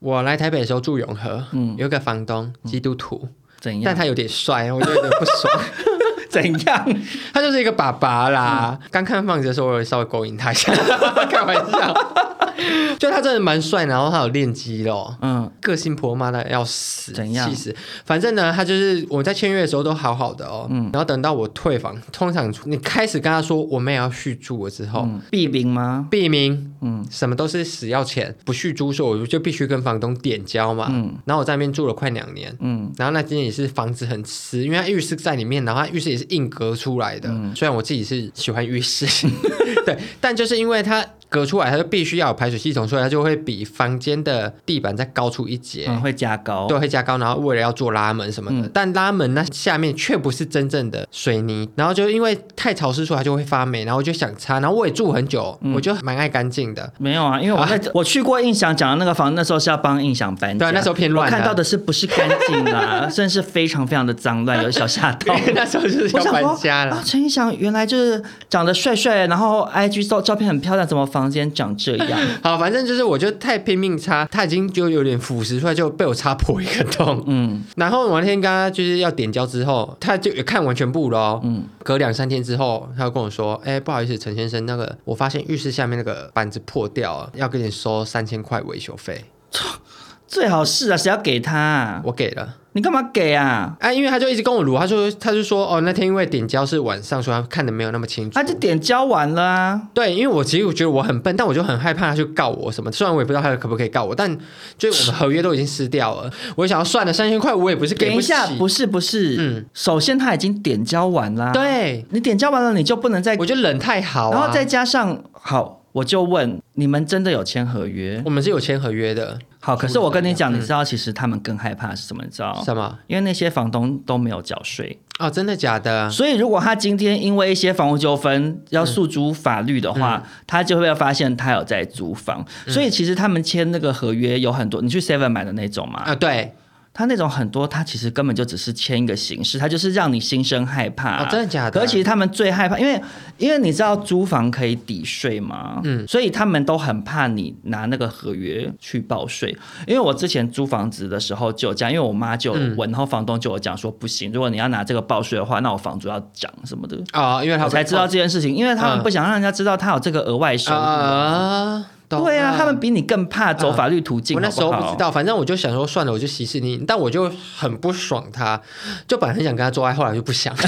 Speaker 3: 我来台北的时候住
Speaker 2: 嗯
Speaker 3: 永和，有一个房东基督徒，
Speaker 2: 怎
Speaker 3: 但
Speaker 2: 样？
Speaker 3: 他有点帅，我就有点不爽。
Speaker 2: 怎样？
Speaker 3: 他就是一个爸爸啦。
Speaker 2: 嗯
Speaker 3: 刚看房子的时候，我有稍微勾引他一 下，开玩笑。就他真的蛮帅，然后他有练肌肉，
Speaker 2: 嗯，
Speaker 3: 个性婆妈的要死，
Speaker 2: 怎样
Speaker 3: 气死！反正呢，他就是我在签约的时候都好好的哦，
Speaker 2: 嗯
Speaker 3: 然后等到我退房，通常你开始跟他说我们也要续住了之后，
Speaker 2: 嗯，避兵吗？
Speaker 3: 避名。
Speaker 2: 嗯，
Speaker 3: 什么都是死要钱，不续租，所以我就必须跟房东点交嘛。
Speaker 2: 嗯
Speaker 3: 然后我在那边住了快两年，
Speaker 2: 嗯
Speaker 3: 然后那间也是房子很湿，因为它浴室在里面，然后它浴室也是硬隔出来的。
Speaker 2: 嗯
Speaker 3: 虽然我自己是喜欢浴 室，对，但就是因为它隔出来，它就必须要有排水系统，所以它就会比房间的地板再高出一截。
Speaker 2: 嗯，会加高。
Speaker 3: 对，会加高，然后为了要做拉门什么的，
Speaker 2: 嗯
Speaker 3: 但拉门那下面却不是真正的水泥，然后就因为太潮湿，所以它就会发霉，然后我就想擦，然后我也住很久，
Speaker 2: 嗯
Speaker 3: 我就蛮爱干净 的，
Speaker 2: 没有啊，因为我在、我去过印象讲的那个房，那时候是要帮印象搬家。
Speaker 3: 对那时候偏乱
Speaker 2: 我
Speaker 3: 的
Speaker 2: 看到的是不是干净啊 啦？真是非常非常的脏乱，有小吓到
Speaker 3: 因。哦为那时候就是
Speaker 2: 我
Speaker 3: 要
Speaker 2: 想
Speaker 3: 搬
Speaker 2: 说
Speaker 3: 家
Speaker 2: 啊
Speaker 3: 了，。
Speaker 2: 陈意翔原来就是长得帅帅，然后 IG 照照片很漂亮，怎么房间长这样？
Speaker 3: 好，反正就是我就太拼命擦，它已经就有点腐蚀出来，就被我擦破一个洞。
Speaker 2: 嗯
Speaker 3: 然后我那天跟他就是要点交之后，他就也看完全部咯。
Speaker 2: 嗯
Speaker 3: 隔两三天之后，他就跟我说：“哎、不好意思，陈先生，那个我发现浴室下面那个板子破掉了，要跟你收三千块维修费。”
Speaker 2: 最好是啊，谁要给他、啊？
Speaker 3: 我给了。
Speaker 2: 你干嘛给啊？
Speaker 3: 啊，因为他就一直跟我撸，他说他就说哦，那天因为点交是晚上，所以他看的没有那么清楚。
Speaker 2: 他就点交完了啊，
Speaker 3: 对，因为我其实我觉得我很笨，但我就很害怕他去告我什么。虽然我也不知道他可不可以告我，但就是我们合约都已经撕掉了，我想要算了，三千块我也不是给
Speaker 2: 等一
Speaker 3: 不起。
Speaker 2: 下，不是不是，
Speaker 3: 嗯
Speaker 2: 首先他已经点交完啦，，
Speaker 3: 对，
Speaker 2: 你点交完了你就不能啊再
Speaker 3: 我觉得人太好、啊，
Speaker 2: 然后再加上好，我就问你们真的有签合约？
Speaker 3: 我们是有签合约的，
Speaker 2: 好，可是我跟你讲，
Speaker 3: 嗯
Speaker 2: 你知道其实他们更害怕是什么？你知道？
Speaker 3: 什么？
Speaker 2: 因为那些房东都没有缴税，
Speaker 3: 哦，真的假的？
Speaker 2: 所以如果他今天因为一些房屋纠纷要
Speaker 3: 嗯
Speaker 2: 诉诸法律的话，他就会发现他有在租房。
Speaker 3: 嗯
Speaker 2: 所以其实他们签那个合约有很多，你去 Seven 买的那种嘛，
Speaker 3: 啊，对，
Speaker 2: 他那种很多，他其实根本就只是签一个形式，他就是让你心生害怕、
Speaker 3: 哦真的假的
Speaker 2: 啊可是其实他们最害怕，因为因为你知道租房可以抵税嘛，嗯，所以他们都很怕你拿那个合约去报税。因为我之前租房子的时候就有这样，因为我妈就有
Speaker 3: 嗯
Speaker 2: 问，然后房东就有讲说不行，如果你要拿这个报税的话，那我房租要涨什么的。
Speaker 3: 哦，因为他
Speaker 2: 我才知道这件事情，因为他们
Speaker 3: 嗯
Speaker 2: 不想让人家知道他有这个额外收入。
Speaker 3: 啊，懂
Speaker 2: 对啊，
Speaker 3: 了
Speaker 2: 他们比你更怕走法律途径、
Speaker 3: 我那时候
Speaker 2: 好
Speaker 3: 不
Speaker 2: 好
Speaker 3: 知道，反正我就想说算了，我就息事宁人，但我就很不爽他，就本来很想跟他做爱，后来就不想。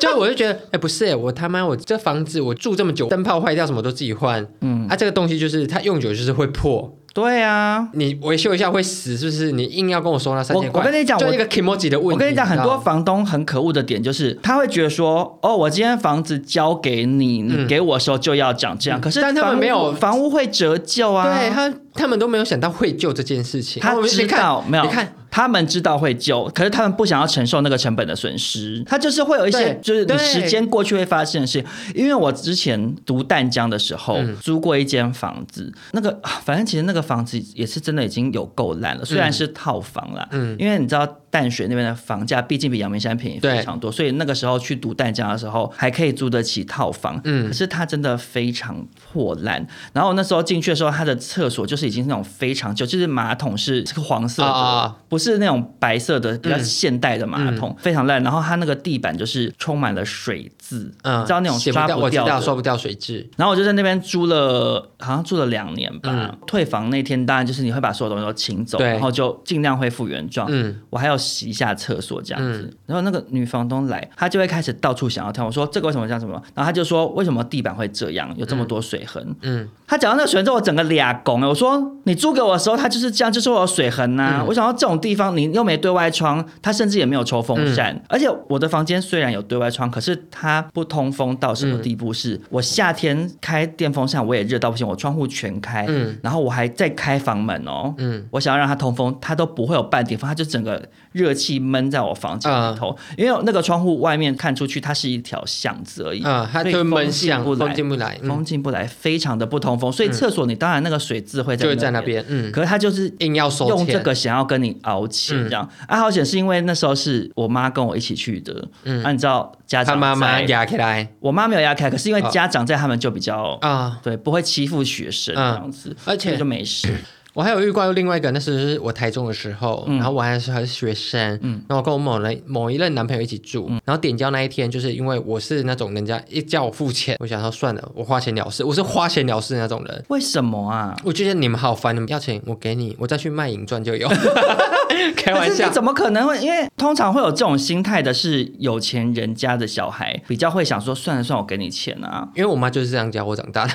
Speaker 3: 就我就觉得，哎、不是、哎，我他妈我这房子我住这么久，灯泡坏掉什么都自己换，嗯，啊，这个东西就是它用久就是会破，
Speaker 2: 对啊，
Speaker 3: 你维修一下会死，是不是？你硬要跟我收那三千块，
Speaker 2: 我跟你讲
Speaker 3: 就
Speaker 2: 我
Speaker 3: 一个 k i m o j i 的问题。
Speaker 2: 我跟你讲，很
Speaker 3: 知道
Speaker 2: 多
Speaker 3: 吗
Speaker 2: 房东很可恶的点就是，他会觉得说，哦，我今天房子交给你，你给我的时候就要涨这样。可是
Speaker 3: 嗯但他们
Speaker 2: 房屋
Speaker 3: 没有
Speaker 2: 房屋会折旧啊。
Speaker 3: 对他他们都没有想到会救这件事情，
Speaker 2: 他
Speaker 3: 我们
Speaker 2: 知
Speaker 3: 你看
Speaker 2: 道没有？
Speaker 3: 你看。
Speaker 2: 他们知道会救，可是他们不想要承受那个成本的损失。他就是会有一些
Speaker 3: 对，
Speaker 2: 就是你
Speaker 3: 对
Speaker 2: 时间过去会发现的事。因为我之前读淡江的时候，
Speaker 3: 嗯
Speaker 2: 租过一间房子，那个啊反正其实那个房子也是真的已经有够烂了，
Speaker 3: 嗯
Speaker 2: 虽然是套房啦，嗯，因为你知道淡水那边的房价毕竟比阳明山便宜
Speaker 3: 对
Speaker 2: 非常多，所以那个时候去读淡江的时候还可以租得起套房，嗯，可是它真的非常破烂。然后我那时候进去的时候，它的厕所就是已经是那种非常旧，就是马桶是是黄色的，
Speaker 3: 啊啊啊
Speaker 2: 不是那种白色的比较
Speaker 3: 嗯
Speaker 2: 现代的马桶，非常烂。然后它那个地板就是充满了水渍，
Speaker 3: 嗯，
Speaker 2: 你知道那种
Speaker 3: 洗不
Speaker 2: 刷
Speaker 3: 掉，我知道
Speaker 2: 的
Speaker 3: 刷不掉水质。
Speaker 2: 然后我就在那边住了，好像住了两年吧。退房那天，当然就是你会把所有东西都清走，
Speaker 3: 嗯对
Speaker 2: 然后就尽量恢复原状。
Speaker 3: 嗯
Speaker 2: 我还要洗一下厕所这样子。然后那个女房东来，她就会开始到处想要挑。我说这个为什么这样什么？然后她就说为什么地板会这样，有这么多水痕？
Speaker 3: 嗯，
Speaker 2: 她讲到那个水痕之后，我整个俩拱了。我说你租给我的时候，它就是这样，就是我有水痕呐、
Speaker 3: 嗯
Speaker 2: 我想到这种地方，你又没对外窗，它甚至也没有抽风扇，
Speaker 3: 嗯
Speaker 2: 而且我的房间虽然有对外窗，可是它不通风到什么地
Speaker 3: 嗯
Speaker 2: 步是？我夏天开电风扇我也热到不行，我窗户全开，
Speaker 3: 嗯
Speaker 2: 然后我还在开房门哦，
Speaker 3: 嗯
Speaker 2: 我想要让它通风，它都不会有半点风，它就整个热气闷在我房间里
Speaker 3: 啊
Speaker 2: 头，因为那个窗户外面看出去，它是一条巷子而已，
Speaker 3: 嗯，它
Speaker 2: 所以
Speaker 3: 就
Speaker 2: 风
Speaker 3: 闷
Speaker 2: 进
Speaker 3: 向
Speaker 2: 不
Speaker 3: 风
Speaker 2: 来，
Speaker 3: 进不来，嗯
Speaker 2: 风进不来，非常的不通风，所以厕所你当然那个水渍会在
Speaker 3: 就会在那，边，嗯，
Speaker 2: 可是它就是
Speaker 3: 硬要收
Speaker 2: 用这
Speaker 3: 钱。
Speaker 2: 个想要跟你熬钱这样。啊，好险是因为那时候是我妈跟我一起去的，嗯，啊，你知道家
Speaker 3: 他
Speaker 2: 长
Speaker 3: 妈妈
Speaker 2: 在
Speaker 3: 压起来
Speaker 2: 我妈没有压开，可是因为
Speaker 3: 哦
Speaker 2: 家长在，他们就比较。
Speaker 3: 啊！
Speaker 2: 对，不会欺负学生这样子，
Speaker 3: 嗯而且
Speaker 2: 所以就没事。
Speaker 3: 我还有遇过另外一个，那是我台中的时候，然后我还是还是学生，然后我跟我某人某一任男朋友一起住，然后点交那一天，就是因为我是那种人家一叫我付钱，我想说算了，我花钱了事，我是花钱了事的那种人。
Speaker 2: 为什么啊？
Speaker 3: 我觉得你们好烦，你们要钱我给你，我再去卖淫赚就有。 开
Speaker 2: 可
Speaker 3: 玩
Speaker 2: 是
Speaker 3: 笑
Speaker 2: 你，怎么可能会？因为通常会有这种心态的是有钱人家的小孩，比较会想说算了算了，我给你钱啊。
Speaker 3: 因为我妈就是这样教我长 大的。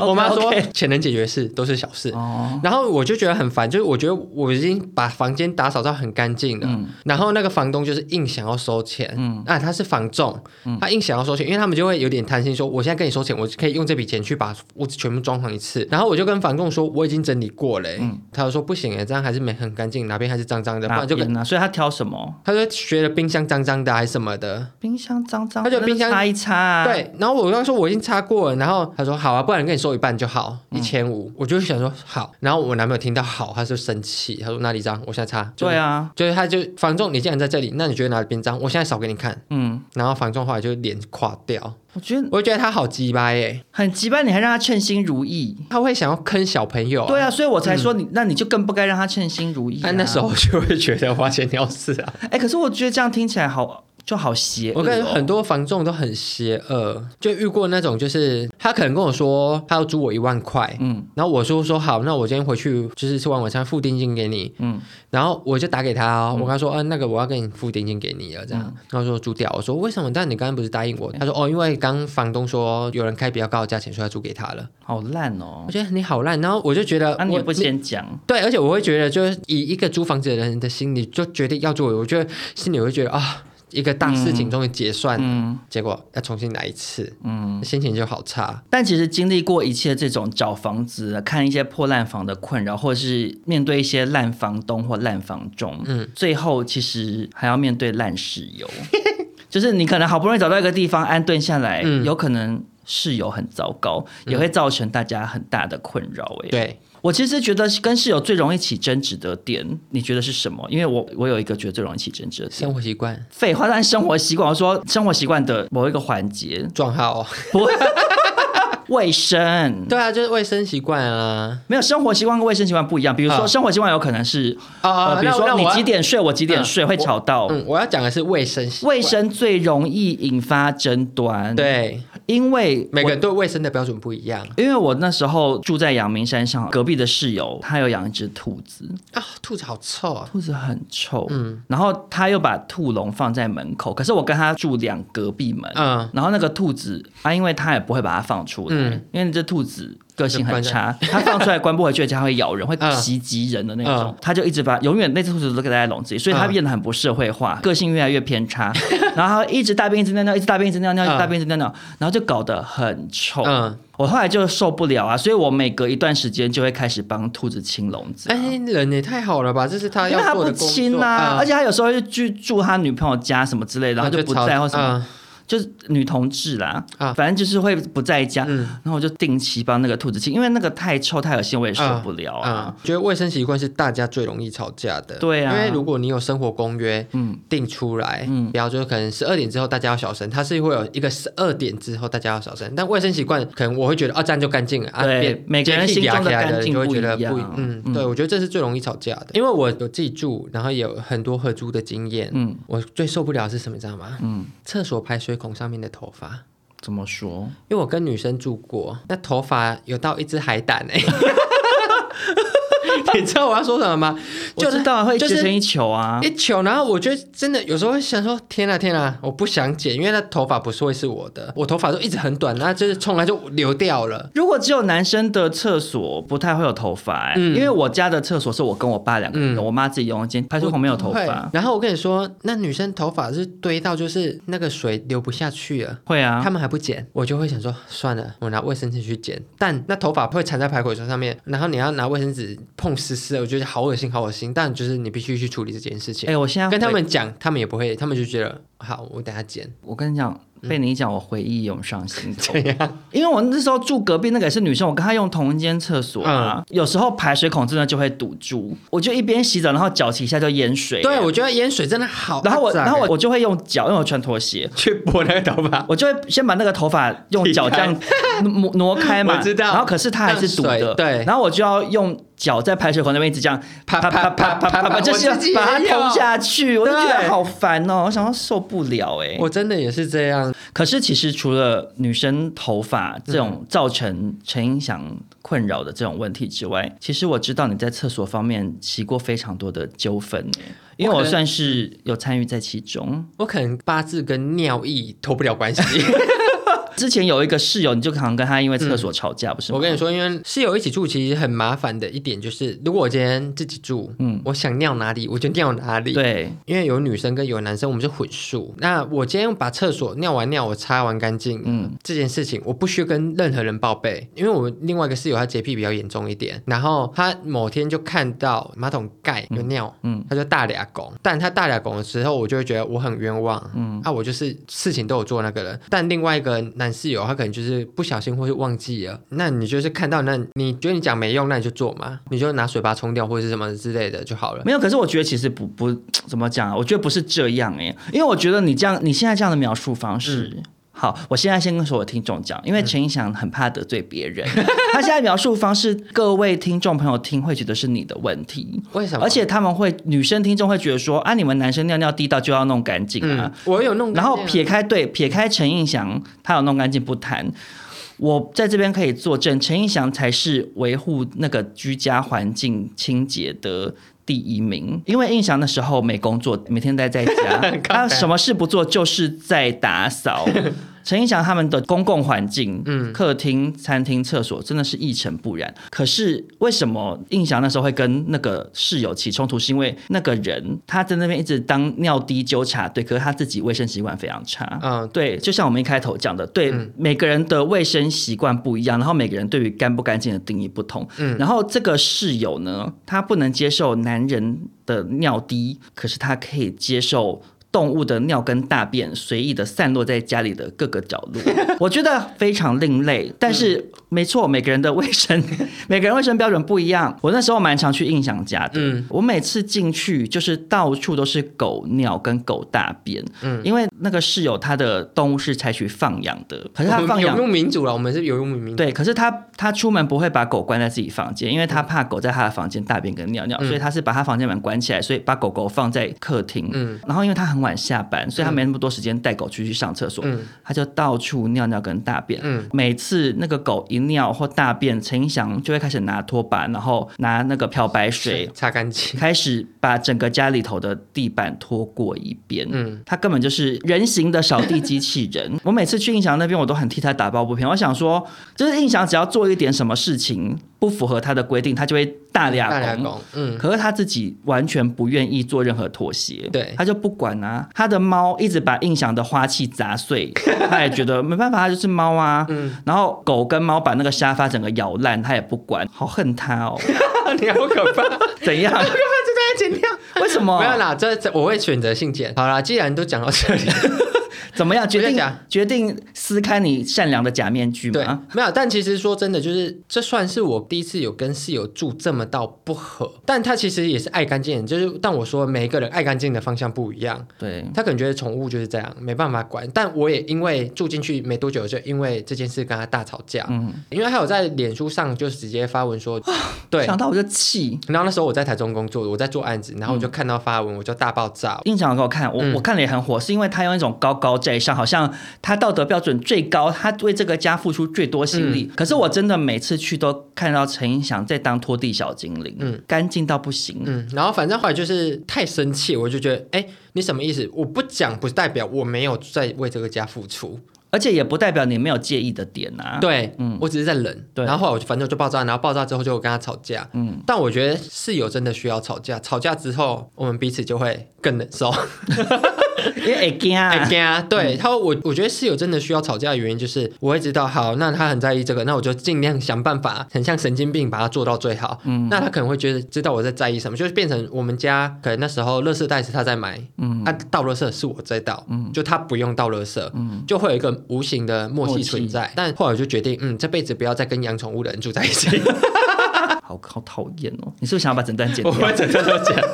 Speaker 3: 我妈说
Speaker 2: OK，OK
Speaker 3: 钱能解决事都是小事，
Speaker 2: 哦，
Speaker 3: 然后我就觉得很烦，就是我觉得我已经把房间打扫到很干净了，
Speaker 2: 嗯
Speaker 3: 然后那个房东就是硬想要收钱，
Speaker 2: 嗯
Speaker 3: 啊，他是房仲，他硬想要收钱，因为他们就会有点贪心说，我现在跟你收钱，我可以用这笔钱去把屋子全部装潢一次，然后我就跟房仲说我已经整理过了、欸
Speaker 2: 嗯
Speaker 3: 他就说不行哎、这样还是没很干净，哪边还是脏脏的，不
Speaker 2: 哪
Speaker 3: 然就跟
Speaker 2: 边啊？所以他挑什么？
Speaker 3: 他说学了冰箱脏脏的还是什么的，
Speaker 2: 冰箱脏脏，
Speaker 3: 他就冰箱
Speaker 2: 擦一擦、啊。，
Speaker 3: 对，然后我跟他说我已经擦过了，然后他说好啊，不然跟你收一半就好，
Speaker 2: 嗯
Speaker 3: 一千五。我就想说好，然后我男朋友听到好，他就生气，他说哪里脏，我现在擦。就是
Speaker 2: 对，啊，
Speaker 3: 就是他就房仲，你既然在这里，那你觉得哪边脏，我现在扫给你看。
Speaker 2: 嗯，
Speaker 3: 然后房仲后来就脸垮掉，
Speaker 2: 我觉得
Speaker 3: 我就觉得他好鸡巴耶，
Speaker 2: 很急败，你还让他称心如意。
Speaker 3: 他会想要坑小朋友、
Speaker 2: 对
Speaker 3: 啊。
Speaker 2: 啊，所以我才说你，那你就更不该让他称心如意、啊。
Speaker 3: 他哎那时候就会觉得花钱了事啊！
Speaker 2: 哎、可是我觉得这样听起来好就好邪恶哦、
Speaker 3: 我感觉很多房仲都很邪恶，就遇过那种，就是他可能跟我说他要租我一万块，
Speaker 2: 嗯
Speaker 3: 然后我就说好，那我今天回去就是吃完晚餐付定金给你，
Speaker 2: 嗯，
Speaker 3: 然后我就打给他哦，我跟他说，嗯、那个我要给你付定金给你了，这
Speaker 2: 嗯
Speaker 3: 样。然后说租掉，我说为什么？但你刚刚不是答应我？他说哦，因为刚房东说有人开比较高的价钱，所以要租给他了。
Speaker 2: 好烂哦
Speaker 3: 我。觉得你好烂，然后我就觉得
Speaker 2: 那、啊你也
Speaker 3: 我
Speaker 2: 不先讲，
Speaker 3: 对，而且我会觉得，就是以一个租房子的人的心理，就决定要租，我觉得心里会觉得啊。一个大事情终于结算了，
Speaker 2: 嗯
Speaker 3: 结果要重新来一次，
Speaker 2: 嗯。
Speaker 3: 心情就好差。
Speaker 2: 但其实经历过一切这种找房子、看一些破烂房的困扰，或者是面对一些烂房东或烂房中，嗯，最后其实还要面对烂室 友，就是你可能好不容易找到一个地方安顿下来，
Speaker 3: 嗯
Speaker 2: 有可能室友很糟糕，也会造成大家很大的困扰、哎、
Speaker 3: 对，
Speaker 2: 我其实觉得跟室友最容易起争执的点，你觉得是什么？因为我我有一个觉得最容易起争执的点。
Speaker 3: 生活习惯
Speaker 2: 废话，但生活习惯，我说生活习惯的某一个 环节，
Speaker 3: 撞号哦，
Speaker 2: 不卫生，
Speaker 3: 对啊，就是卫生习惯啊。
Speaker 2: 没有生活习惯跟卫生习惯不一样。比如说
Speaker 3: 啊
Speaker 2: 生活习惯有可能是，
Speaker 3: 啊
Speaker 2: 呃，比如说你几？点睡，我几点
Speaker 3: 嗯
Speaker 2: 睡会吵到。
Speaker 3: 嗯，我要讲的是卫生习惯
Speaker 2: 卫生最容易引发争端，，
Speaker 3: 对，
Speaker 2: 因为
Speaker 3: 每个
Speaker 2: 我
Speaker 3: 人对卫生的标准不一样
Speaker 2: 因为我那时候住在阳明山上，隔壁的室友他有养一只兔子，
Speaker 3: 啊。兔子好臭啊！
Speaker 2: 兔子很臭，嗯，然后他又把兔笼放在门口，可是我跟他住两隔壁门，
Speaker 3: 嗯
Speaker 2: 然后那个兔子啊，因为他也不会把它放出来，
Speaker 3: 嗯
Speaker 2: 因为这兔子个性很差， 它放出来关不回去，它会咬人，会
Speaker 3: 嗯
Speaker 2: 袭击人的那种。
Speaker 3: 嗯
Speaker 2: 它就一直把永远那只兔子都给它在笼子里，所以它
Speaker 3: 嗯
Speaker 2: 变得很不社会化，个性越来越偏差， 然后它一直大便一直尿尿，一直大便一直尿尿，一直大便一直尿尿，然后就搞得很臭。
Speaker 3: 嗯
Speaker 2: 我后来就受不了啊，所以我每隔一段时间就会开始帮兔子清笼子啊、
Speaker 3: 哎，人也太好了吧！这是他
Speaker 2: 因为
Speaker 3: 啊要
Speaker 2: 他
Speaker 3: 做
Speaker 2: 不
Speaker 3: 的工
Speaker 2: 亲
Speaker 3: 作
Speaker 2: 呐、
Speaker 3: 啊，
Speaker 2: 而且他有时候就去住他女朋友家什么之类的，然后就不在或什么，
Speaker 3: 么。
Speaker 2: 就是女同志啦，
Speaker 3: 啊
Speaker 2: 反正就是会不在家。
Speaker 3: 嗯
Speaker 2: 然后我就定期帮那个兔子亲，因为那个太臭太恶心，我也受不了啊。
Speaker 3: 啊，觉得卫生习惯是大家最容易吵架的。
Speaker 2: 对啊
Speaker 3: 因为如果你有生活公约
Speaker 2: 嗯
Speaker 3: 定出来，
Speaker 2: 嗯
Speaker 3: 嗯，比方说可能十二点之后大家要小声，它是会有一个十二点之后大家要小声，但卫生习惯可能我会觉得啊，这样就干净了啊，
Speaker 2: 对
Speaker 3: 变
Speaker 2: 每个人心中的
Speaker 3: 变
Speaker 2: 干净
Speaker 3: 就会觉得
Speaker 2: 不一样
Speaker 3: 一嗯，
Speaker 2: 嗯
Speaker 3: 对，我觉得这是最容易吵架的，因为我有自己住，然后也有很多合租的经验，
Speaker 2: 嗯
Speaker 3: 嗯，我最受不了的是什么，你知道吗？
Speaker 2: 嗯，
Speaker 3: 厕所排水孔上面的头发。
Speaker 2: 怎么说？
Speaker 3: 因为我跟女生住过，那头发有到一只海胆 哎、你知道我要说什么吗？
Speaker 2: 我知道啊会
Speaker 3: 就
Speaker 2: 结
Speaker 3: 是
Speaker 2: 成一球啊。
Speaker 3: 一球，然后我觉得真的有时候会想说，天啊天啊，我不想剪，因为那头发不是会是我的，我头发都一直很短，那就是从来就流掉了。
Speaker 2: 如果只有男生的厕所，不太会有头发、欸
Speaker 3: 嗯
Speaker 2: 因为我家的厕所是我跟我爸两个人，
Speaker 3: 嗯
Speaker 2: 我妈自己用一间，排水孔没有头
Speaker 3: 会
Speaker 2: 发。
Speaker 3: 然后我跟你说，那女生头发是堆到就是那个水流不下去了。
Speaker 2: 会啊
Speaker 3: 他，们还不剪，我就会想说算了，我拿卫生纸去剪。但那头发会缠在排骨球上面，然后你要拿卫生纸碰湿湿的，我觉得好恶心，好恶心。但就是你必须去处理这件事
Speaker 2: 哎、
Speaker 3: 情。
Speaker 2: 我现在
Speaker 3: 跟他
Speaker 2: 回
Speaker 3: 们讲，他们也不会，他们就觉得好，我等下剪。
Speaker 2: 我跟你讲，
Speaker 3: 嗯
Speaker 2: 被你一讲，我回忆涌上心 头。因为我那时候住隔壁那个也是女生，我跟她用同一间厕所
Speaker 3: 嗯
Speaker 2: 啊，有时候排水孔真的就会堵住，我就一边洗澡，然后脚底下就淹水。
Speaker 3: 对，我觉得淹水真的好。
Speaker 2: 哎然后我，
Speaker 3: 啊
Speaker 2: 然后我我就会用脚，因为我穿拖鞋，
Speaker 3: 去拨那个头发，
Speaker 2: 我就会先把那个头发用脚 这样挪挪开嘛，
Speaker 3: 我知道
Speaker 2: 然后可是它还是堵
Speaker 3: 让
Speaker 2: 的，
Speaker 3: 水对
Speaker 2: 然后我就要用脚在排水孔那边一直这样
Speaker 3: 啪
Speaker 2: 啪
Speaker 3: 啪
Speaker 2: 啪
Speaker 3: 啪
Speaker 2: 啪啪啪
Speaker 3: 啪
Speaker 2: 啪，
Speaker 3: 啪
Speaker 2: 就是要
Speaker 3: 我自己也
Speaker 2: 把它
Speaker 3: 有
Speaker 2: 通下去，我就觉得
Speaker 3: 对
Speaker 2: 好烦哦，我想要受不了哎、
Speaker 3: 我真的也是这样。
Speaker 2: 可是其实除了女生头发这
Speaker 3: 嗯
Speaker 2: 种造成陈音翔困扰的这种问题之外，其实我知道你在厕所方面起过非常多的纠纷耶，因为
Speaker 3: 我
Speaker 2: 我
Speaker 3: 可能
Speaker 2: 算是有参与在其中。
Speaker 3: 我可能八字跟尿意脱不了关 系。
Speaker 2: 之前有一个室友，你就常跟他因为厕所吵架，不是吗？
Speaker 3: 我跟你说，因为室友一起住，其实很麻烦的一点就是，如果我今天自己住，
Speaker 2: 嗯
Speaker 3: 嗯，我想尿哪里我就尿哪里。，
Speaker 2: 对，
Speaker 3: 因为有女生跟有男生，我们是混宿。那我今天把厕所尿完尿，我擦完干净，
Speaker 2: 嗯
Speaker 3: 嗯，这件事情我不需要跟任何人报备，因为我们另外一个室友他洁癖比较严重一点，然后他某天就看到马桶盖有尿，
Speaker 2: 嗯
Speaker 3: 他就大俩拱，但他大俩拱的时候，我就会觉得我很冤枉，
Speaker 2: 嗯
Speaker 3: 嗯，啊，我就是事情都有做那个人，但另外一个男室友他可能就是不小心或是忘记了，那你就是看到那你觉得你讲没用，那你就做嘛，你就拿水把它冲掉或者是什么之类的就好了。
Speaker 2: 没有。可是我觉得其实不不怎么讲啊，我觉得不是这样哎、因为我觉得你这样你现在这样的描述方式。
Speaker 3: 嗯
Speaker 2: 好，我现在先跟所有听众讲，因为陈意翔很怕得罪别人， 他现在描述方式，各位听众朋友听会觉得是你的问题，
Speaker 3: 为 什么？
Speaker 2: 而且他们会女生听众会觉得说啊，你们男生尿尿地道就要弄干净啊，
Speaker 3: 嗯，我有弄干净啊，，
Speaker 2: 然后撇开对撇开陈映祥，他有弄干净不谈，我在这边可以作证，陈映祥才是维护那个居家环境清洁的。第一名，因为印祥那时候没工作，每天待在家 他什么事不做，就是在打扫。陈映祥他们的公共环境，嗯，客厅、餐厅、厕所，真的是一尘不染。可是为什么映祥那时候会跟那个室友起冲突？是因为那个人他在那边一直当尿滴纠察队，可是他自己卫生习惯非常差。
Speaker 3: 嗯
Speaker 2: 对，就像我们一开头讲的，对、每个人的卫生习惯不一样，然后每个人对于干不干净的定义不同。嗯，然后这个室友呢，他不能接受男人的尿滴，可是他可以接受。动物的尿跟大便随意的散落在家里的各个角落，我觉得非常另类。但是没错，每个人的卫生， 每个人卫生标准不一样。我那时候蛮常去印象家的，
Speaker 3: 嗯
Speaker 2: 我每次进去就是到处都是狗尿跟狗大便，因为那个室友他的动物是采取放养的，可是他
Speaker 3: 我们
Speaker 2: 放
Speaker 3: 有
Speaker 2: 养
Speaker 3: 用民主了，我们是有用民主。
Speaker 2: 对，可是他他出门不会把狗关在自己房间，因为他怕狗在他的房间大便跟尿尿，
Speaker 3: 嗯
Speaker 2: 所以他是把他房间门关起来，所以把狗狗放在客厅。嗯
Speaker 3: 嗯，
Speaker 2: 然后因为他很晚下班，所以他没那么多时间带狗出去上厕所，
Speaker 3: 嗯
Speaker 2: 他就到处尿尿跟大便。
Speaker 3: 嗯
Speaker 2: 每次那个狗一尿或大便，陈一翔就会开始拿拖把，然后拿那个漂白水
Speaker 3: 擦干净。
Speaker 2: 开始把整个家里头的地板拖过一遍。嗯
Speaker 3: 嗯，
Speaker 2: 他根本就是人形的扫地机器人。 我每次去印翔那边，我都很替他打抱不平。我想说，就是印翔只要做一点什么事情不符合他的规定，他就会大
Speaker 3: 大
Speaker 2: 俩
Speaker 3: 牙
Speaker 2: 拱。
Speaker 3: 拱，嗯，
Speaker 2: 可是他自己完全不愿意做任何妥协，
Speaker 3: 对
Speaker 2: 他就不管啊。他的猫一直把印翔的花器 砸碎，他也觉得没办法，他就是猫啊。
Speaker 3: 嗯
Speaker 2: 然后狗跟猫把那个沙发整个咬烂，他也不管，好恨 他哦。
Speaker 3: 你好可 怕，
Speaker 2: 怎样？
Speaker 3: 这在剪掉。
Speaker 2: 为什 么？
Speaker 3: 没有啦，这这我会选择性
Speaker 2: 哦
Speaker 3: 剪。好啦，既然都讲到这 里，
Speaker 2: 怎么样决
Speaker 3: 我在
Speaker 2: 定
Speaker 3: 讲
Speaker 2: 决定撕开你善良的假面具
Speaker 3: 对
Speaker 2: 吗？，
Speaker 3: 没有。但其实说真的，就是这算是我第一次有跟室友住这么到不合，但他其实也是爱干净，就是但我说每一个人爱干净的方向不一样，
Speaker 2: 对，
Speaker 3: 他可能觉得宠物就是这样，没办法管。但我也因为住进去没多久，就因为这件事跟他大吵架，
Speaker 2: 嗯，
Speaker 3: 因为他有在脸书上就直接发文 说，对。
Speaker 2: 想到我就气。
Speaker 3: 然后那时候我在台中工作，我在做案子，然后我
Speaker 2: 嗯
Speaker 3: 就看到发文，我就大爆炸，
Speaker 2: 印象给我看，我、
Speaker 3: 嗯
Speaker 2: 我看了也很火，是因为他用一种高高在上，好像他道德标准最高，他为这个家付出最多心
Speaker 3: 嗯
Speaker 2: 力。可是我真的每次去都看到陈映祥在当拖地小精灵，
Speaker 3: 嗯
Speaker 2: 干净到不行。
Speaker 3: 嗯，然后反正后来就是太生气，我就觉得，哎，你什么意思？我不讲不代表我没有在为这个家付出，
Speaker 2: 而且也不代表你没有介意的点啊。
Speaker 3: 对，
Speaker 2: 嗯
Speaker 3: 我只是在忍。
Speaker 2: 对
Speaker 3: 然后后来我就反正我就爆炸，然后爆炸之后就跟他吵架，嗯，但我觉得室友真的需要吵架，吵架之后我们彼此就会更忍受。
Speaker 2: 因为会惊啊
Speaker 3: 哎，对啊，对他，我我觉得室友真的需要吵架的原因就是，我会知道，好，那他很在意这个，那我就尽量想办法，很像神经病把它做到最好。嗯，那他可能会觉得知道我在在意什么，就是变成我们家可能那时候垃圾袋是他在买，嗯，啊，倒垃圾是我在倒，嗯，就他不用倒垃圾，嗯，就会有一个无形的默
Speaker 2: 默
Speaker 3: 契
Speaker 2: 契
Speaker 3: 存在。但后来我就决定，嗯，这辈子不要再跟养宠物的人住在一 起，
Speaker 2: 好好讨厌哦！你是不是想要把整段剪
Speaker 3: 我
Speaker 2: 掉？
Speaker 3: 会整天都讲。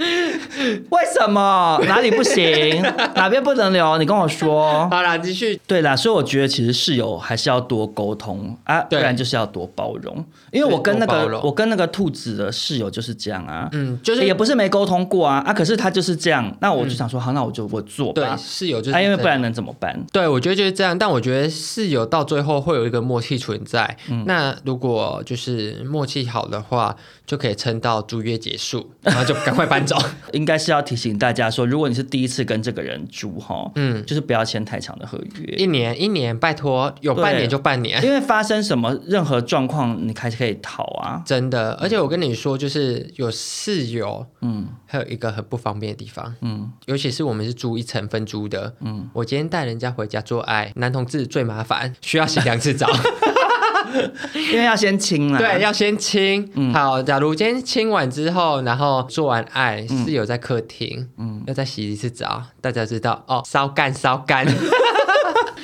Speaker 2: 为什么哪里不 行，哪边不能留？你跟我说。
Speaker 3: 好啦，继续
Speaker 2: 对啦，所以我觉得其实室友还是要多沟通啊，不
Speaker 3: 对
Speaker 2: 然就是要多包容。因为我跟那
Speaker 3: 对多包
Speaker 2: 个
Speaker 3: 容
Speaker 2: 我跟那个兔子的室友就是这样啊，
Speaker 3: 嗯就是嗯
Speaker 2: 也不是没沟通过啊啊，可是他就是这样，那我就想说，好，那我就我做
Speaker 3: 对
Speaker 2: 吧，
Speaker 3: 室友就是
Speaker 2: 啊，因为不
Speaker 3: 这样
Speaker 2: 然能怎么办？
Speaker 3: 对，我觉得就是这样，但我觉得室友到最后会有一个默契存在。那如果就是默契好的话，就可以撑到租约结束，然后就赶快 搬走。
Speaker 2: 应该是要提醒大家说，如果你是第一次跟这个人住哈，嗯，就是不要签太长的合约，
Speaker 3: 一年一年，拜托，有半年就半年，
Speaker 2: 因为发生什么任何状况，你还是可以逃啊。
Speaker 3: 真的。而且我跟你说，就是有室友，嗯，还有一个很不方便的地方，嗯，尤其是我们是租一层分租的，嗯，我今天带人家回家做爱，男同志最麻烦，需要洗两次澡。
Speaker 2: 因为要先啊清啦。
Speaker 3: 对，，要先亲。好，假如今天亲完之后，然后做完爱，室友在客厅，嗯，要再洗一次澡，大家知道哦，烧干烧干，很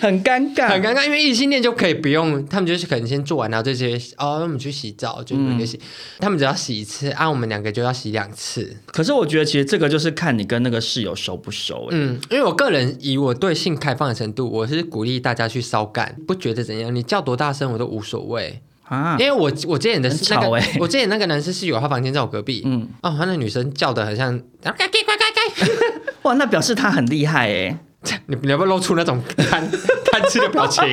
Speaker 2: 很尴尬，
Speaker 3: 尴尬，因为异性恋就可以不用，他们就是可能先做完，然后就直接哦，那我们去洗澡，就每个洗，他们只要洗一次，啊，我们两个就要洗两次。
Speaker 2: 可是我觉得其实这个就是看你跟那个室友熟不熟、欸。
Speaker 3: 嗯，因为我个人以我对性开放的程度，我是鼓励大家去烧干，不觉得怎样，你叫多大声我都无所谓。
Speaker 2: 啊
Speaker 3: 因，为我我之前的
Speaker 2: 很
Speaker 3: 那个
Speaker 2: 吵欸
Speaker 3: 我之前那个男生室友，他房间在我隔壁，嗯，哦，他那女生叫的很像，快快快快 快，
Speaker 2: 哇，那表示他很厉害哎、
Speaker 3: 你你要不要露出那种 贪贪吃的表 情？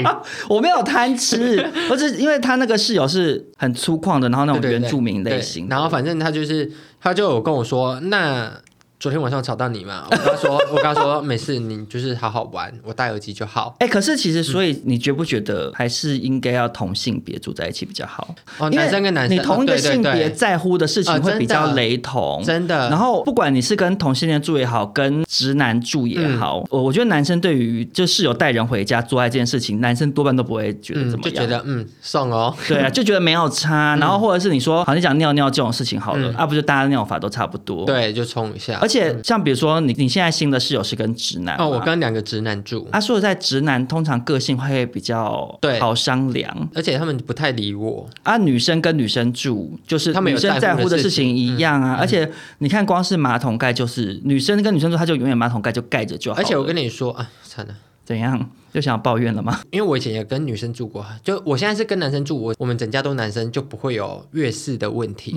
Speaker 2: 我没有贪吃，我只是因为他那个室友是很粗犷的，然后那
Speaker 3: 对对
Speaker 2: 种
Speaker 3: 对
Speaker 2: 原住民类型
Speaker 3: 对
Speaker 2: 的。
Speaker 3: 然后反正他就是他就有跟我说，那昨天晚上吵到你嘛，我跟他说， 我跟他说没事，你就是好好玩，我戴耳机就好。
Speaker 2: 哎、可是其实，所以你觉不觉得还是应该要同性别住在一起比较好？
Speaker 3: 哦，
Speaker 2: 因为
Speaker 3: 男生跟男生，
Speaker 2: 你同一个
Speaker 3: 哦对对
Speaker 2: 性
Speaker 3: 对
Speaker 2: 别在乎的事
Speaker 3: 啊
Speaker 2: 情会比
Speaker 3: 真
Speaker 2: 较
Speaker 3: 的
Speaker 2: 雷同，
Speaker 3: 真的
Speaker 2: 然后不管你是跟同性恋住也好，跟直男住也好，我、我觉得男生对于就室友带人回家做爱这件事情，男生多半都不会觉得
Speaker 3: 嗯，
Speaker 2: 怎么
Speaker 3: 就
Speaker 2: 样。
Speaker 3: 觉得嗯送哦，
Speaker 2: 对啊，就觉得没有差，然后或者是你说，好，你讲尿尿这种事情好了，啊，不就大家尿法都差不多？，
Speaker 3: 对，就冲一下。
Speaker 2: 哦而且像比如说你你现在新的室友是跟直男嘛
Speaker 3: 哦，我跟两个直男住，
Speaker 2: 啊，说实在，直男通常个性会比较
Speaker 3: 对
Speaker 2: 好商量，
Speaker 3: 而且他们不太理我，
Speaker 2: 啊，女生跟女生住，就是
Speaker 3: 他们
Speaker 2: 女
Speaker 3: 有
Speaker 2: 生在
Speaker 3: 在乎
Speaker 2: 乎的
Speaker 3: 的
Speaker 2: 事
Speaker 3: 事
Speaker 2: 情
Speaker 3: 情嗯
Speaker 2: 一样啊。而且你看，光是马桶盖就是女生跟女生住，她就永远马桶盖就盖着就好了。
Speaker 3: 而且我跟你说啊，惨了。
Speaker 2: 怎样又想要抱怨了吗？
Speaker 3: 因为我以前也跟女生住过，就我现在是跟男生住，我我们整家都男生，就不会有月事的问题。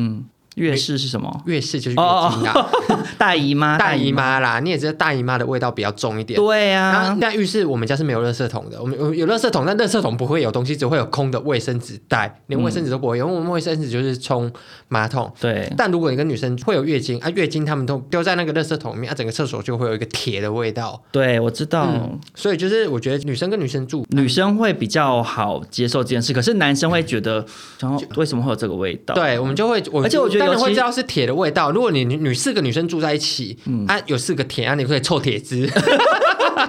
Speaker 2: 月事是什么？
Speaker 3: 月事就是月经啦，
Speaker 2: 大姨哦 妈，
Speaker 3: 大姨，妈啦，你也知道大姨妈的味道比较重一点。
Speaker 2: 对
Speaker 3: 然后
Speaker 2: 啊，
Speaker 3: 那浴室我们家是没有垃圾桶的，我们有有垃圾桶，但垃圾桶不会有东西，只会有空的卫生纸袋，连卫生纸都不会有，因为我们卫生纸就是冲马桶。
Speaker 2: 对。
Speaker 3: 但如果你跟女生会有月经啊，月经他们都丢在那个垃圾桶里面，啊，整个厕所就会有一个铁的味道。
Speaker 2: 对，我知道、
Speaker 3: 所以就是我觉得女生跟女生住，
Speaker 2: 女生会比较好接受这件事，可是男生会觉得，然后为什么会有这个味道？
Speaker 3: 嗯 对，我们就会，我
Speaker 2: 而且我觉得
Speaker 3: 当然
Speaker 2: 尤其
Speaker 3: 会知道是铁的味道。如果你女女四个女生住在一起，
Speaker 2: 嗯
Speaker 3: 啊，有四个铁，啊，你可以臭铁 汁。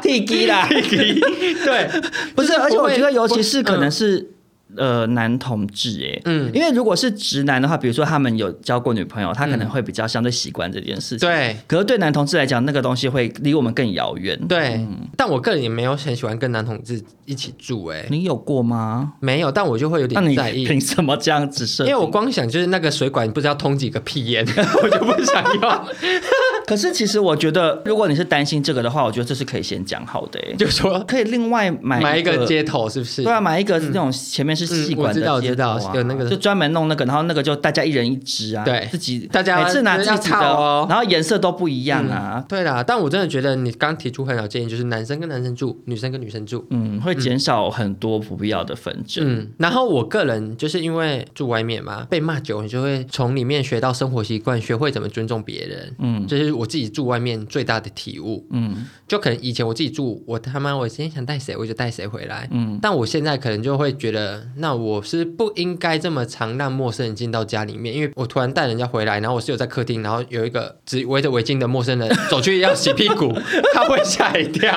Speaker 2: 剃鸡啦，
Speaker 3: 对，
Speaker 2: 不是，而且我觉得，尤其是可能
Speaker 3: 嗯
Speaker 2: 是。呃，男同志哎，嗯
Speaker 3: 嗯，
Speaker 2: 因为如果是直男的话，比如说他们有交过女朋友，他可能会比较相对习惯这件事情。
Speaker 3: 嗯对
Speaker 2: 可是对男同志来讲，那个东西会离我们更遥远。，
Speaker 3: 对，
Speaker 2: 嗯
Speaker 3: 但我个人也没有很喜欢跟男同志一起住，哎，
Speaker 2: 你有过吗？
Speaker 3: 没有，但我就会有
Speaker 2: 那
Speaker 3: 点
Speaker 2: 你
Speaker 3: 在意，
Speaker 2: 凭什么这样子设
Speaker 3: 因
Speaker 2: 定？
Speaker 3: 为我光想就是那个水管不知道通几个屁眼， 我就不想要，
Speaker 2: 可是其实我觉得，如果你是担心这个的话，我觉得这是可以先讲好的哎，
Speaker 3: 就说
Speaker 2: 可以另外买
Speaker 3: 买
Speaker 2: 一
Speaker 3: 一个接头是不是
Speaker 2: 对？啊，买一个那种前面是细管的、啊
Speaker 3: 嗯我知道我知道有那个
Speaker 2: 就专门弄那个，然后那个就大家一人一支啊，
Speaker 3: 对
Speaker 2: 自己
Speaker 3: 大家
Speaker 2: 每次拿自
Speaker 3: 要
Speaker 2: 己的，
Speaker 3: 套哦
Speaker 2: 然后颜色都不一样啊，
Speaker 3: 对啦，但我真的觉得你刚提出很好建议，就是男生跟男生住，女生跟女生住，
Speaker 2: 嗯，会减少很多不必要的纷争。
Speaker 3: 嗯，然后我个人就是因为住外面嘛，被骂久，你就会从里面学到生活习惯，学会怎么尊重别人。嗯，这是我自己住外面最大的体悟。
Speaker 2: 嗯
Speaker 3: 就可能以前我自己住，我他妈我今天想带谁我就带谁回来。
Speaker 2: 嗯，
Speaker 3: 但我现在可能就会觉得，那我是不应该这么常让陌生人进到家里面，因为我突然带人家回来，然后我室友在客厅，然后有一个只围着围巾的陌生人走去要洗屁股， 他会吓一跳。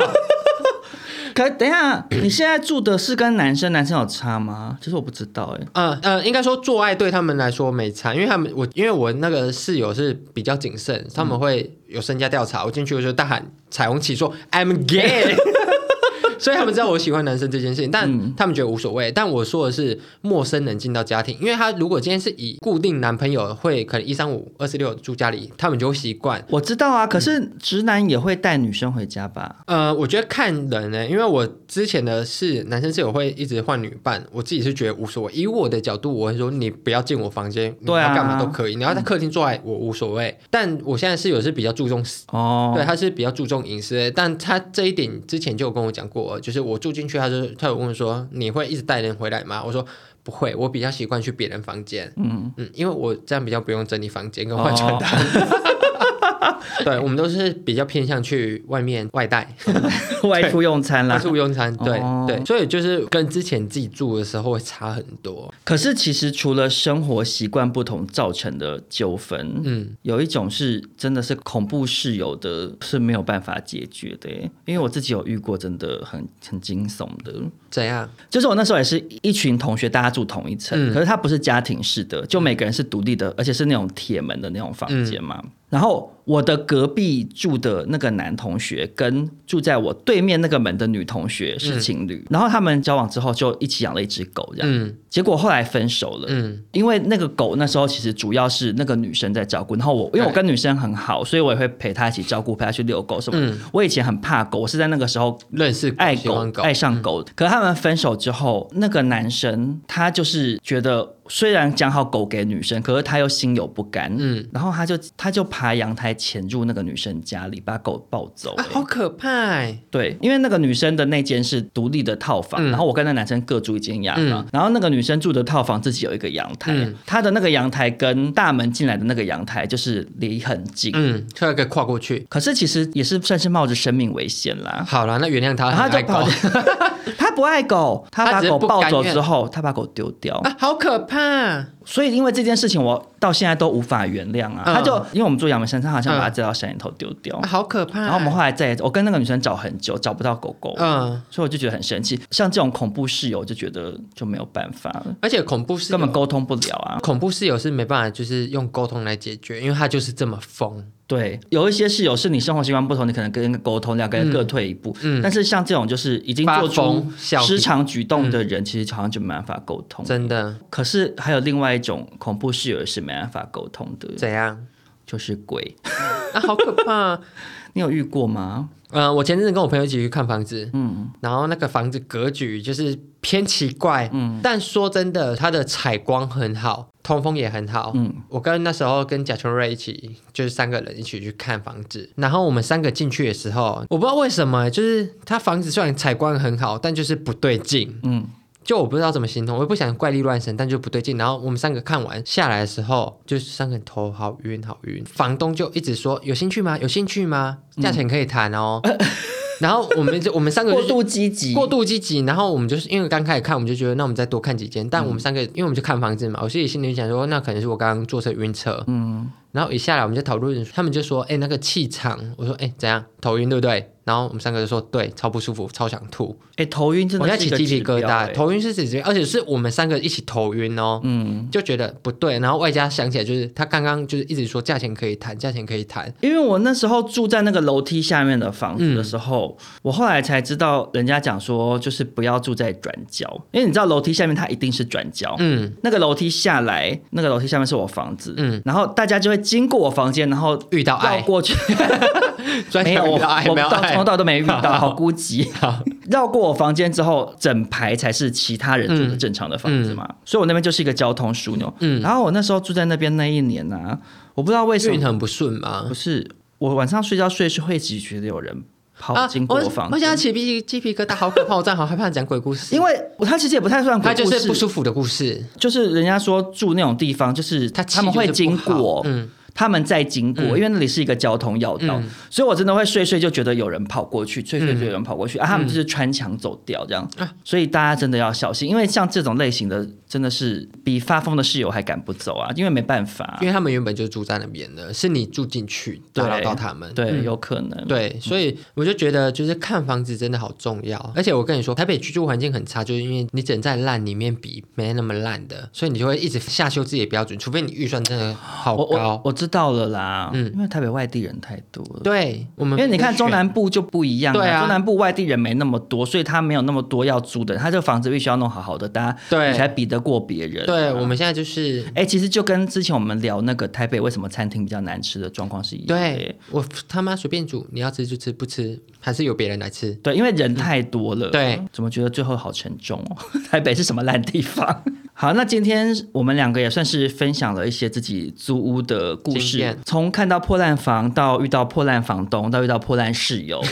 Speaker 2: 可等一下，你现在住的是跟男生，男生有差吗？其实我不知道哎、
Speaker 3: 嗯呃，应该说做爱对他们来说没差，因为他们我因为我那个室友是比较谨慎，他们会有身家调查，我进去我就大喊彩虹旗说 I'm gay，所以 他们知道我喜欢男生这件事情，但他们觉得无所谓。但我说的是陌生人进到家庭，因为他如果今天是以固定男朋友会可能一三五二四六住家里，他们就会习惯。
Speaker 2: 我知
Speaker 3: 嗯
Speaker 2: 道啊，可是直男也会带女生回家吧？
Speaker 3: 呃，我觉得看人呢、欸因为我之前的是男生室友会一直换女伴，我自己是觉得无所谓。以我的角度，我会说你不要进我房间，你
Speaker 2: 对啊
Speaker 3: 要干嘛都可以，你要在客厅做爱我无所谓。但我现在室友是比较注重私，
Speaker 2: 哦，
Speaker 3: 对，他是比较注重隐私的，但他这一点之前就有跟我讲过，就是我住进去，他就他有问我说你会一直带人回来吗？我说。不会，我比较习惯去别人房间，嗯嗯，因为我这样比较不用整理房间跟
Speaker 2: 哦
Speaker 3: 换床 单。对，我们都是比较偏向去外面外带，
Speaker 2: 哦外出用餐
Speaker 3: 它
Speaker 2: 啦
Speaker 3: 是。无用餐，对、
Speaker 2: 哦
Speaker 3: 对，所以就是跟之前自己住的时候会差很多。
Speaker 2: 可是其实除了生活习惯不同造成的纠纷，
Speaker 3: 嗯，
Speaker 2: 有一种是真的是恐怖室友的，是没有办法解决的耶。因为我自己有遇过，真的很很惊悚的。
Speaker 3: 怎样？
Speaker 2: 就是我那时候也是一群同学，大家住同一层，
Speaker 3: 嗯
Speaker 2: 可是它不是家庭式的，就每个人是独立的，而且是那种铁门的那种房间
Speaker 3: 嗯
Speaker 2: 嘛。然后我的隔壁住的那个男同学跟住在我对面那个门的女同学是情侣，然后他们交往之后就一起养了一只狗，这样。
Speaker 3: 嗯
Speaker 2: 结果后来分手了，
Speaker 3: 嗯
Speaker 2: 因为那个狗那时候其实主要是那个女生在照顾，然后
Speaker 3: 哎
Speaker 2: 我因为我跟女生很好，所以我也会陪她一起照顾，陪她去遛狗什么的。
Speaker 3: 嗯
Speaker 2: 我以前很怕狗，我是在那个时候
Speaker 3: 认识
Speaker 2: 爱
Speaker 3: 喜
Speaker 2: 狗
Speaker 3: 欢、狗，嗯
Speaker 2: 爱上狗。可他们分手之后，那个男生他就是觉得，虽然讲好狗给女生，可是他又心有不甘，嗯
Speaker 3: 嗯，
Speaker 2: 然后他就他就爬阳台潜入那个女生家里，把狗抱走、
Speaker 3: 啊，
Speaker 2: 欸
Speaker 3: 好可怕、欸！
Speaker 2: 对，因为那个女生的那间是独立的套房，
Speaker 3: 嗯
Speaker 2: 然后我跟那男生各住一间阳嘛，
Speaker 3: 嗯
Speaker 2: 然后那个女生住的套房自己有一个阳台，
Speaker 3: 嗯
Speaker 2: 她的那个阳台跟大门进来的那个阳台就是离很近，
Speaker 3: 嗯，突然给跨过去。
Speaker 2: 可是其实也是算是冒着生命危险啦。
Speaker 3: 好了，那原谅他，
Speaker 2: 啊然后他
Speaker 3: 很爱
Speaker 2: 就跑
Speaker 3: 狗
Speaker 2: 掉， 他不爱狗，他
Speaker 3: 他
Speaker 2: 把
Speaker 3: 只是
Speaker 2: 狗
Speaker 3: 不
Speaker 2: 抱
Speaker 3: 甘
Speaker 2: 走
Speaker 3: 愿
Speaker 2: 之后，他把狗丢掉。
Speaker 3: 啊，好可怕！啊
Speaker 2: 所以因为这件事情，我到现在都无法原谅啊。
Speaker 3: 嗯
Speaker 2: 他就因为我们住阳明山，他好像把它
Speaker 3: 嗯
Speaker 2: 载到山里头丢掉。
Speaker 3: 啊，好可怕！
Speaker 2: 然后我们后来再也，我跟那个女生找很久，找不到狗狗。
Speaker 3: 嗯，
Speaker 2: 所以我就觉得很生气。像这种恐怖室友，就觉得就没有办法了，
Speaker 3: 而且恐怖室友
Speaker 2: 根本沟通不了啊。
Speaker 3: 恐怖室友是没办法，就是用沟通来解决，因为他就是这么疯。
Speaker 2: 对，有一些室友是你生活习惯不同，你可能跟人沟通，两个人各退一步。
Speaker 3: 嗯
Speaker 2: 但是像这种就是已经
Speaker 3: 发
Speaker 2: 做出
Speaker 3: 疯笑
Speaker 2: 失
Speaker 3: 屁
Speaker 2: 常举动的人，其实好像就没办法沟通。
Speaker 3: 真的
Speaker 2: 可是还有另外一种恐怖室友是没办法沟通的，
Speaker 3: 怎样？
Speaker 2: 就是鬼。
Speaker 3: 啊，好可怕、
Speaker 2: 你有遇过吗？
Speaker 3: 呃，我前阵子跟我朋友一起去看房子，嗯，然后那个房子格局就是偏奇怪，嗯，但说真的，它的采光很好，通风也很好，
Speaker 2: 嗯
Speaker 3: 嗯，我跟那时候跟贾琼瑞一起，就是三个人一起去看房子，然后我们三个进去的时候，我不知道为什么，就是它房子虽然采光很好，但就是不对劲，
Speaker 2: 嗯
Speaker 3: 嗯。就我不知道怎么形容，我也不想怪力乱神，但就不对劲。然后我们三个看完下来的时候，就是三个人头好晕好晕。房东就一直说有兴趣吗？有兴趣吗？价钱可以谈 哦。然后我们就我们三个就
Speaker 2: 过
Speaker 3: 是
Speaker 2: 度积极，
Speaker 3: 过度积极，然后我们就是因为刚开始看，我们就觉得那我们再多看几间，但
Speaker 2: 嗯
Speaker 3: 我们三个因为我们就看房子嘛，我自己心里想说，那可能是我刚刚坐车晕车，
Speaker 2: 嗯，
Speaker 3: 然后一下来我们就讨论，他们就说，哎、那个气场，我说，哎、怎样，头晕对不对？然后我们三个就说，对，超不舒服，超想吐，
Speaker 2: 哎，头晕真
Speaker 3: 我
Speaker 2: 的
Speaker 3: 现在
Speaker 2: 是
Speaker 3: 起鸡
Speaker 2: 一个
Speaker 3: 皮疙
Speaker 2: 指标
Speaker 3: 瘩，
Speaker 2: 欸
Speaker 3: 头晕是指而且是我们三个一起头晕哦，
Speaker 2: 嗯，
Speaker 3: 就觉得不对，然后外加想起来就是他刚刚就是一直说价钱可以谈，价钱可以谈，
Speaker 2: 因为我那时候住在那个楼梯下面的房子的时候，我后来才知道人家讲说，就是不要住在转角，因为你知道楼梯下面它一定是转角。
Speaker 3: 嗯，
Speaker 2: 那个楼梯下来，那个楼梯下面是我房子，嗯
Speaker 3: 嗯，
Speaker 2: 然后大家就会经过我房间，然后
Speaker 3: 遇到
Speaker 2: 绕
Speaker 3: 爱，
Speaker 2: 过去，
Speaker 3: 专
Speaker 2: 没
Speaker 3: 门
Speaker 2: 有我，
Speaker 3: 遇到爱，
Speaker 2: 我
Speaker 3: 没有
Speaker 2: 到
Speaker 3: 爱
Speaker 2: 从头，到尾都没遇 到，好孤寂。绕过我房间之后，整排才是其他人住的正常的房子嘛，所以我那边就是一个交通枢纽。
Speaker 3: 嗯
Speaker 2: 然后我那时候住在那边那一年呢、啊，我不知道为什么
Speaker 3: 运很不顺嘛
Speaker 2: 不，是，我晚上睡觉睡是会一直觉得有人跑经啊过我房
Speaker 3: 啊我
Speaker 2: 间，
Speaker 3: 现在起鸡鸡皮疙瘩，好可怕！我真的好害怕讲鬼故事，
Speaker 2: 因为我他其实也不太算
Speaker 3: 它
Speaker 2: 鬼
Speaker 3: 就
Speaker 2: 故
Speaker 3: 是
Speaker 2: 事，
Speaker 3: 不舒服的故事，
Speaker 2: 就是人家说住那种地方，就是
Speaker 3: 它
Speaker 2: 他们会经
Speaker 3: 气就是不好
Speaker 2: 过，
Speaker 3: 嗯，
Speaker 2: 他们在经过，因为那里是一个交通要道，
Speaker 3: 嗯
Speaker 2: 所以我真的会睡睡就觉得有人跑过去，睡睡就有人跑过
Speaker 3: 嗯
Speaker 2: 去、啊，他们就是穿墙走掉这样，
Speaker 3: 啊
Speaker 2: 所以大家真的要小心，因为像这种类型的真的是比发疯的室友还赶不走啊，因为没办法、
Speaker 3: 因为他们原本就住在那边的，是你住进去打扰到他们。
Speaker 2: 对，
Speaker 3: 嗯
Speaker 2: 有可能，
Speaker 3: 对，所以我就觉得就是看房子真的好重要。而且我跟你说，台北居住环境很差，就是因为你只能在烂里面比没那么烂的，所以你就会一直下修自己的标准，除非你预算真的好
Speaker 2: 我我
Speaker 3: 高。
Speaker 2: 我知道了啦，
Speaker 3: 嗯
Speaker 2: 因为台北外地人太多了。
Speaker 3: 对，我们
Speaker 2: 因为你看中南部就不一样、
Speaker 3: 对啊
Speaker 2: 中南部外地人没那么多，所以他没有那么多要租的，他这个房子必须要弄好好的，大家
Speaker 3: 对
Speaker 2: 你才比得过别人、啊
Speaker 3: 对，我们现在就是
Speaker 2: 哎、其实就跟之前我们聊那个台北为什么餐厅比较难吃的状况是一样的耶。
Speaker 3: 对我他妈随便煮，你要吃就吃，不吃还是有别人来吃。
Speaker 2: 对，因为人太多了。
Speaker 3: 对，
Speaker 2: 怎么觉得最后好沉重哦？ 台北是什么烂地方？ 好，那今天我们两个也算是分享了一些自己租屋的故
Speaker 3: 经
Speaker 2: 事
Speaker 3: 验，
Speaker 2: 从看到破烂房到遇到破烂房东，到遇到破烂室友，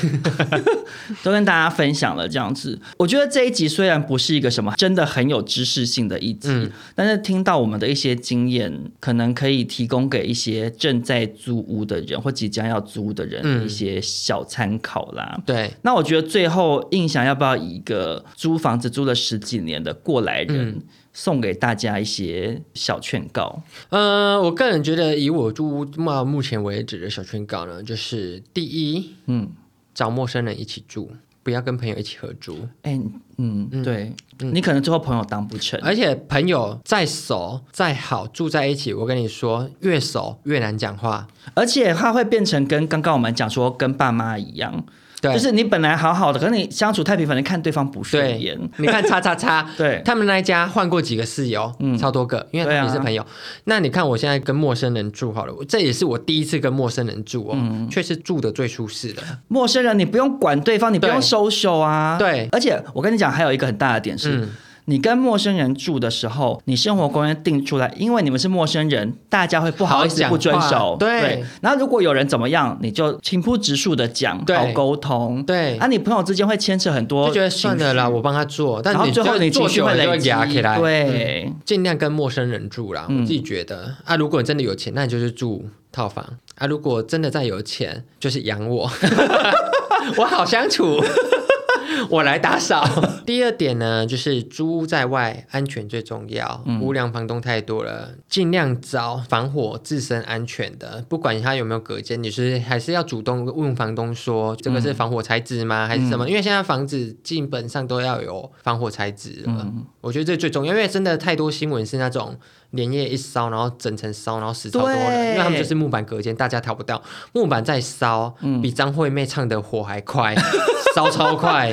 Speaker 2: 都跟大家分享了这样子。我觉得这一集虽然不是一个什么真的很有知识性的一集，
Speaker 3: 嗯
Speaker 2: 但是听到我们的一些经验，可能可以提供给一些正在租屋的人或即将要租屋的
Speaker 3: 嗯
Speaker 2: 人一些小参考啦。
Speaker 3: 对，
Speaker 2: 那我觉得最后印象要不要以一个租房子租了十几年的过来人、送给大家一些小劝告？
Speaker 3: 呃，我个人觉得以我住屋到目前为止的小劝告呢，就是第一，
Speaker 2: 嗯，
Speaker 3: 找陌生人一起住，不要跟朋友一起合租。
Speaker 2: 哎、嗯，对你可能最后朋友当不成，
Speaker 3: 而且朋友再熟再好住在一起，我跟你说，越熟越难讲话。
Speaker 2: 而且他会变成跟刚刚我们讲说跟爸妈一样，
Speaker 3: 对，
Speaker 2: 就是你本来好好的，可是你相处太频繁，你看对方不顺
Speaker 3: 对
Speaker 2: 眼，，，
Speaker 3: 你看叉叉叉
Speaker 2: 对嗯啊
Speaker 3: 他们那一家换过几个室友，超多个，因为他们也是朋友。那你看我现在跟陌生人住好了，我这也是我第一次跟陌生人住哦，
Speaker 2: 嗯
Speaker 3: 却是住的最舒适的。
Speaker 2: 陌生人你不用管对方，你不用
Speaker 3: 对
Speaker 2: 收手啊。
Speaker 3: 对
Speaker 2: 而且我跟你讲，还有一个很大的点是。
Speaker 3: 嗯
Speaker 2: 你跟陌生人住的时候，你生活空间定出来，因为你们是陌生人，大家会不好意思
Speaker 3: 好讲话
Speaker 2: 不遵守。
Speaker 3: 对
Speaker 2: 然后如果有人怎么样，你就平铺直述的讲，
Speaker 3: 对
Speaker 2: 好沟通。
Speaker 3: 对
Speaker 2: 啊，你朋友之间会牵扯很多，
Speaker 3: 就觉得算了啦，。我帮他做，但
Speaker 2: 然后
Speaker 3: 你
Speaker 2: 最后你
Speaker 3: 做
Speaker 2: 情绪
Speaker 3: 久了
Speaker 2: 会
Speaker 3: 就
Speaker 2: 累
Speaker 3: 会
Speaker 2: 积
Speaker 3: 压起来，嗯
Speaker 2: 对。
Speaker 3: 尽量跟陌生人住啦，我自己觉得、啊，如果你真的有钱，那你就是住套房啊；如果真的再有钱，就是养我， 我好相处，哦 我来打扫。第二点呢，就是租在外安全最重要，无良房东太多了，尽量找防火自身安全的，不管他有没有隔间，你是还是要主动问房东说这个是防火材质吗，还是什么？因为现在房子基本上都要有防火材质了，我觉得这最重要，因为真的太多新闻是那种连夜一烧，然后整层烧，然后死超多
Speaker 2: 对
Speaker 3: 人，因为他们就是木板隔间，大家逃不掉，木板在烧，比张惠妹唱的火还快，烧超 快，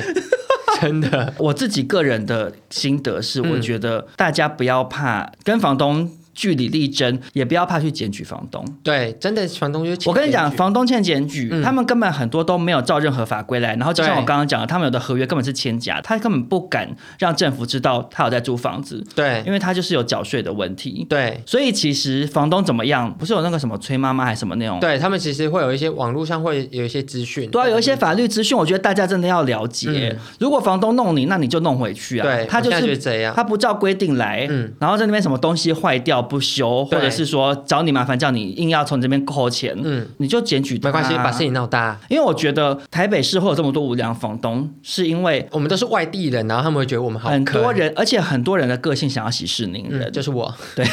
Speaker 3: 真的。
Speaker 2: 我自己个人的心得是，
Speaker 3: 嗯
Speaker 2: 我觉得大家不要怕跟房东据理力争，也不要怕去检举房东。
Speaker 3: 对，真的房东就是
Speaker 2: 我跟你讲，
Speaker 3: 房
Speaker 2: 房东欠检举，
Speaker 3: 嗯
Speaker 2: 他们根本很多都没有照任何法规来，然后就像
Speaker 3: 对
Speaker 2: 我刚刚讲的，他们有的合约根本是签假，他根本不敢让政府知道他有在租房子，
Speaker 3: 对
Speaker 2: 因为他就是有缴税的问题。
Speaker 3: 对
Speaker 2: 所以其实房东怎么样，不是有那个什么崔妈妈还是什么那种，
Speaker 3: 对，他们其实会有一些网络上会有一些资讯，
Speaker 2: 对啊，有一些法律资讯，我觉得大家真的要了解。如果房东弄你，那你就弄回去啊。
Speaker 3: 嗯对
Speaker 2: 他就
Speaker 3: 我现在就是是这样
Speaker 2: 他不照规定来，
Speaker 3: 嗯
Speaker 2: 然后在那边什么东西坏掉不修，或
Speaker 3: 对
Speaker 2: 者是说找你麻烦，叫你硬要从你这边扣钱，
Speaker 3: 嗯
Speaker 2: 你就检举他
Speaker 3: 没关系，把事情闹大。
Speaker 2: 因为我觉得台北市会有这么多无良房东，是因为
Speaker 3: 我们都是外地人，然后他们会觉得我们好
Speaker 2: 很多
Speaker 3: 坑，
Speaker 2: 人，而且很多人的个性想要息事宁人，
Speaker 3: 嗯就是我，
Speaker 2: 对，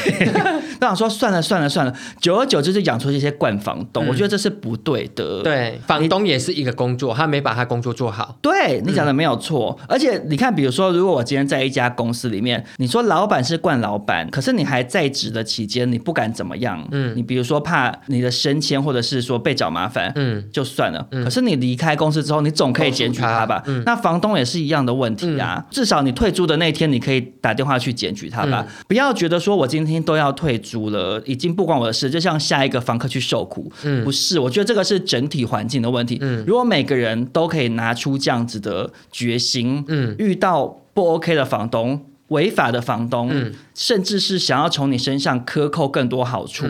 Speaker 2: 都想说算了算了算了，久而久之就养出这些惯房东，我觉得这是不对的。。
Speaker 3: 嗯对，房东也是一个工作，他没把他工作做好，
Speaker 2: 对你讲的没有错，
Speaker 3: 嗯
Speaker 2: 而且你看，比如说，如果我今天在一家公司里面，你说老板是惯老板，可是你还在职的期间，你不敢怎么样，嗯，你比如说怕你的升迁，或者是说被找麻烦，
Speaker 3: 嗯，哦啊
Speaker 2: 就算了。可是你离开公司之后，你总可以检举他吧？那房东也是一样的问题啊。至少你退租的那天，你可以打电话去检举他吧。不要觉得说我今天都要退租了，已经不关我的事，就像下一个房客去受苦。不是，我觉得这个是整体环境的问题。如果每个人都可以拿出这样子的决心，
Speaker 3: 嗯
Speaker 2: 遇到不 OK 的房东。违法的房东，甚至是想要从你身上克扣更多好处，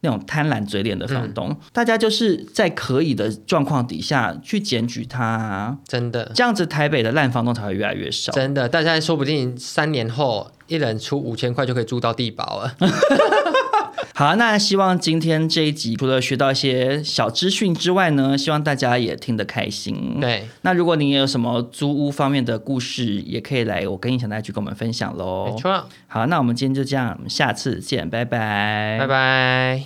Speaker 2: 那种贪婪嘴脸的房东，大家就是在可以的状况底下去检举他、啊，
Speaker 3: 真的。
Speaker 2: 这样子台北的烂房东才会越来越少。
Speaker 3: 真的，大
Speaker 2: 嗯
Speaker 3: 家说不定三年后一人出五千块就可以住到地堡了。
Speaker 2: 好，那希望今天这一集除了学到一些小资讯之外呢，希望大家也听得开心。
Speaker 3: 对，
Speaker 2: 那如果你也有什么租屋方面的故事，也可以来我跟印象大家去跟我们分享喽哦
Speaker 3: 没。错，
Speaker 2: 好，那我们今天就这样，我们下次见，拜拜，
Speaker 3: 拜。拜。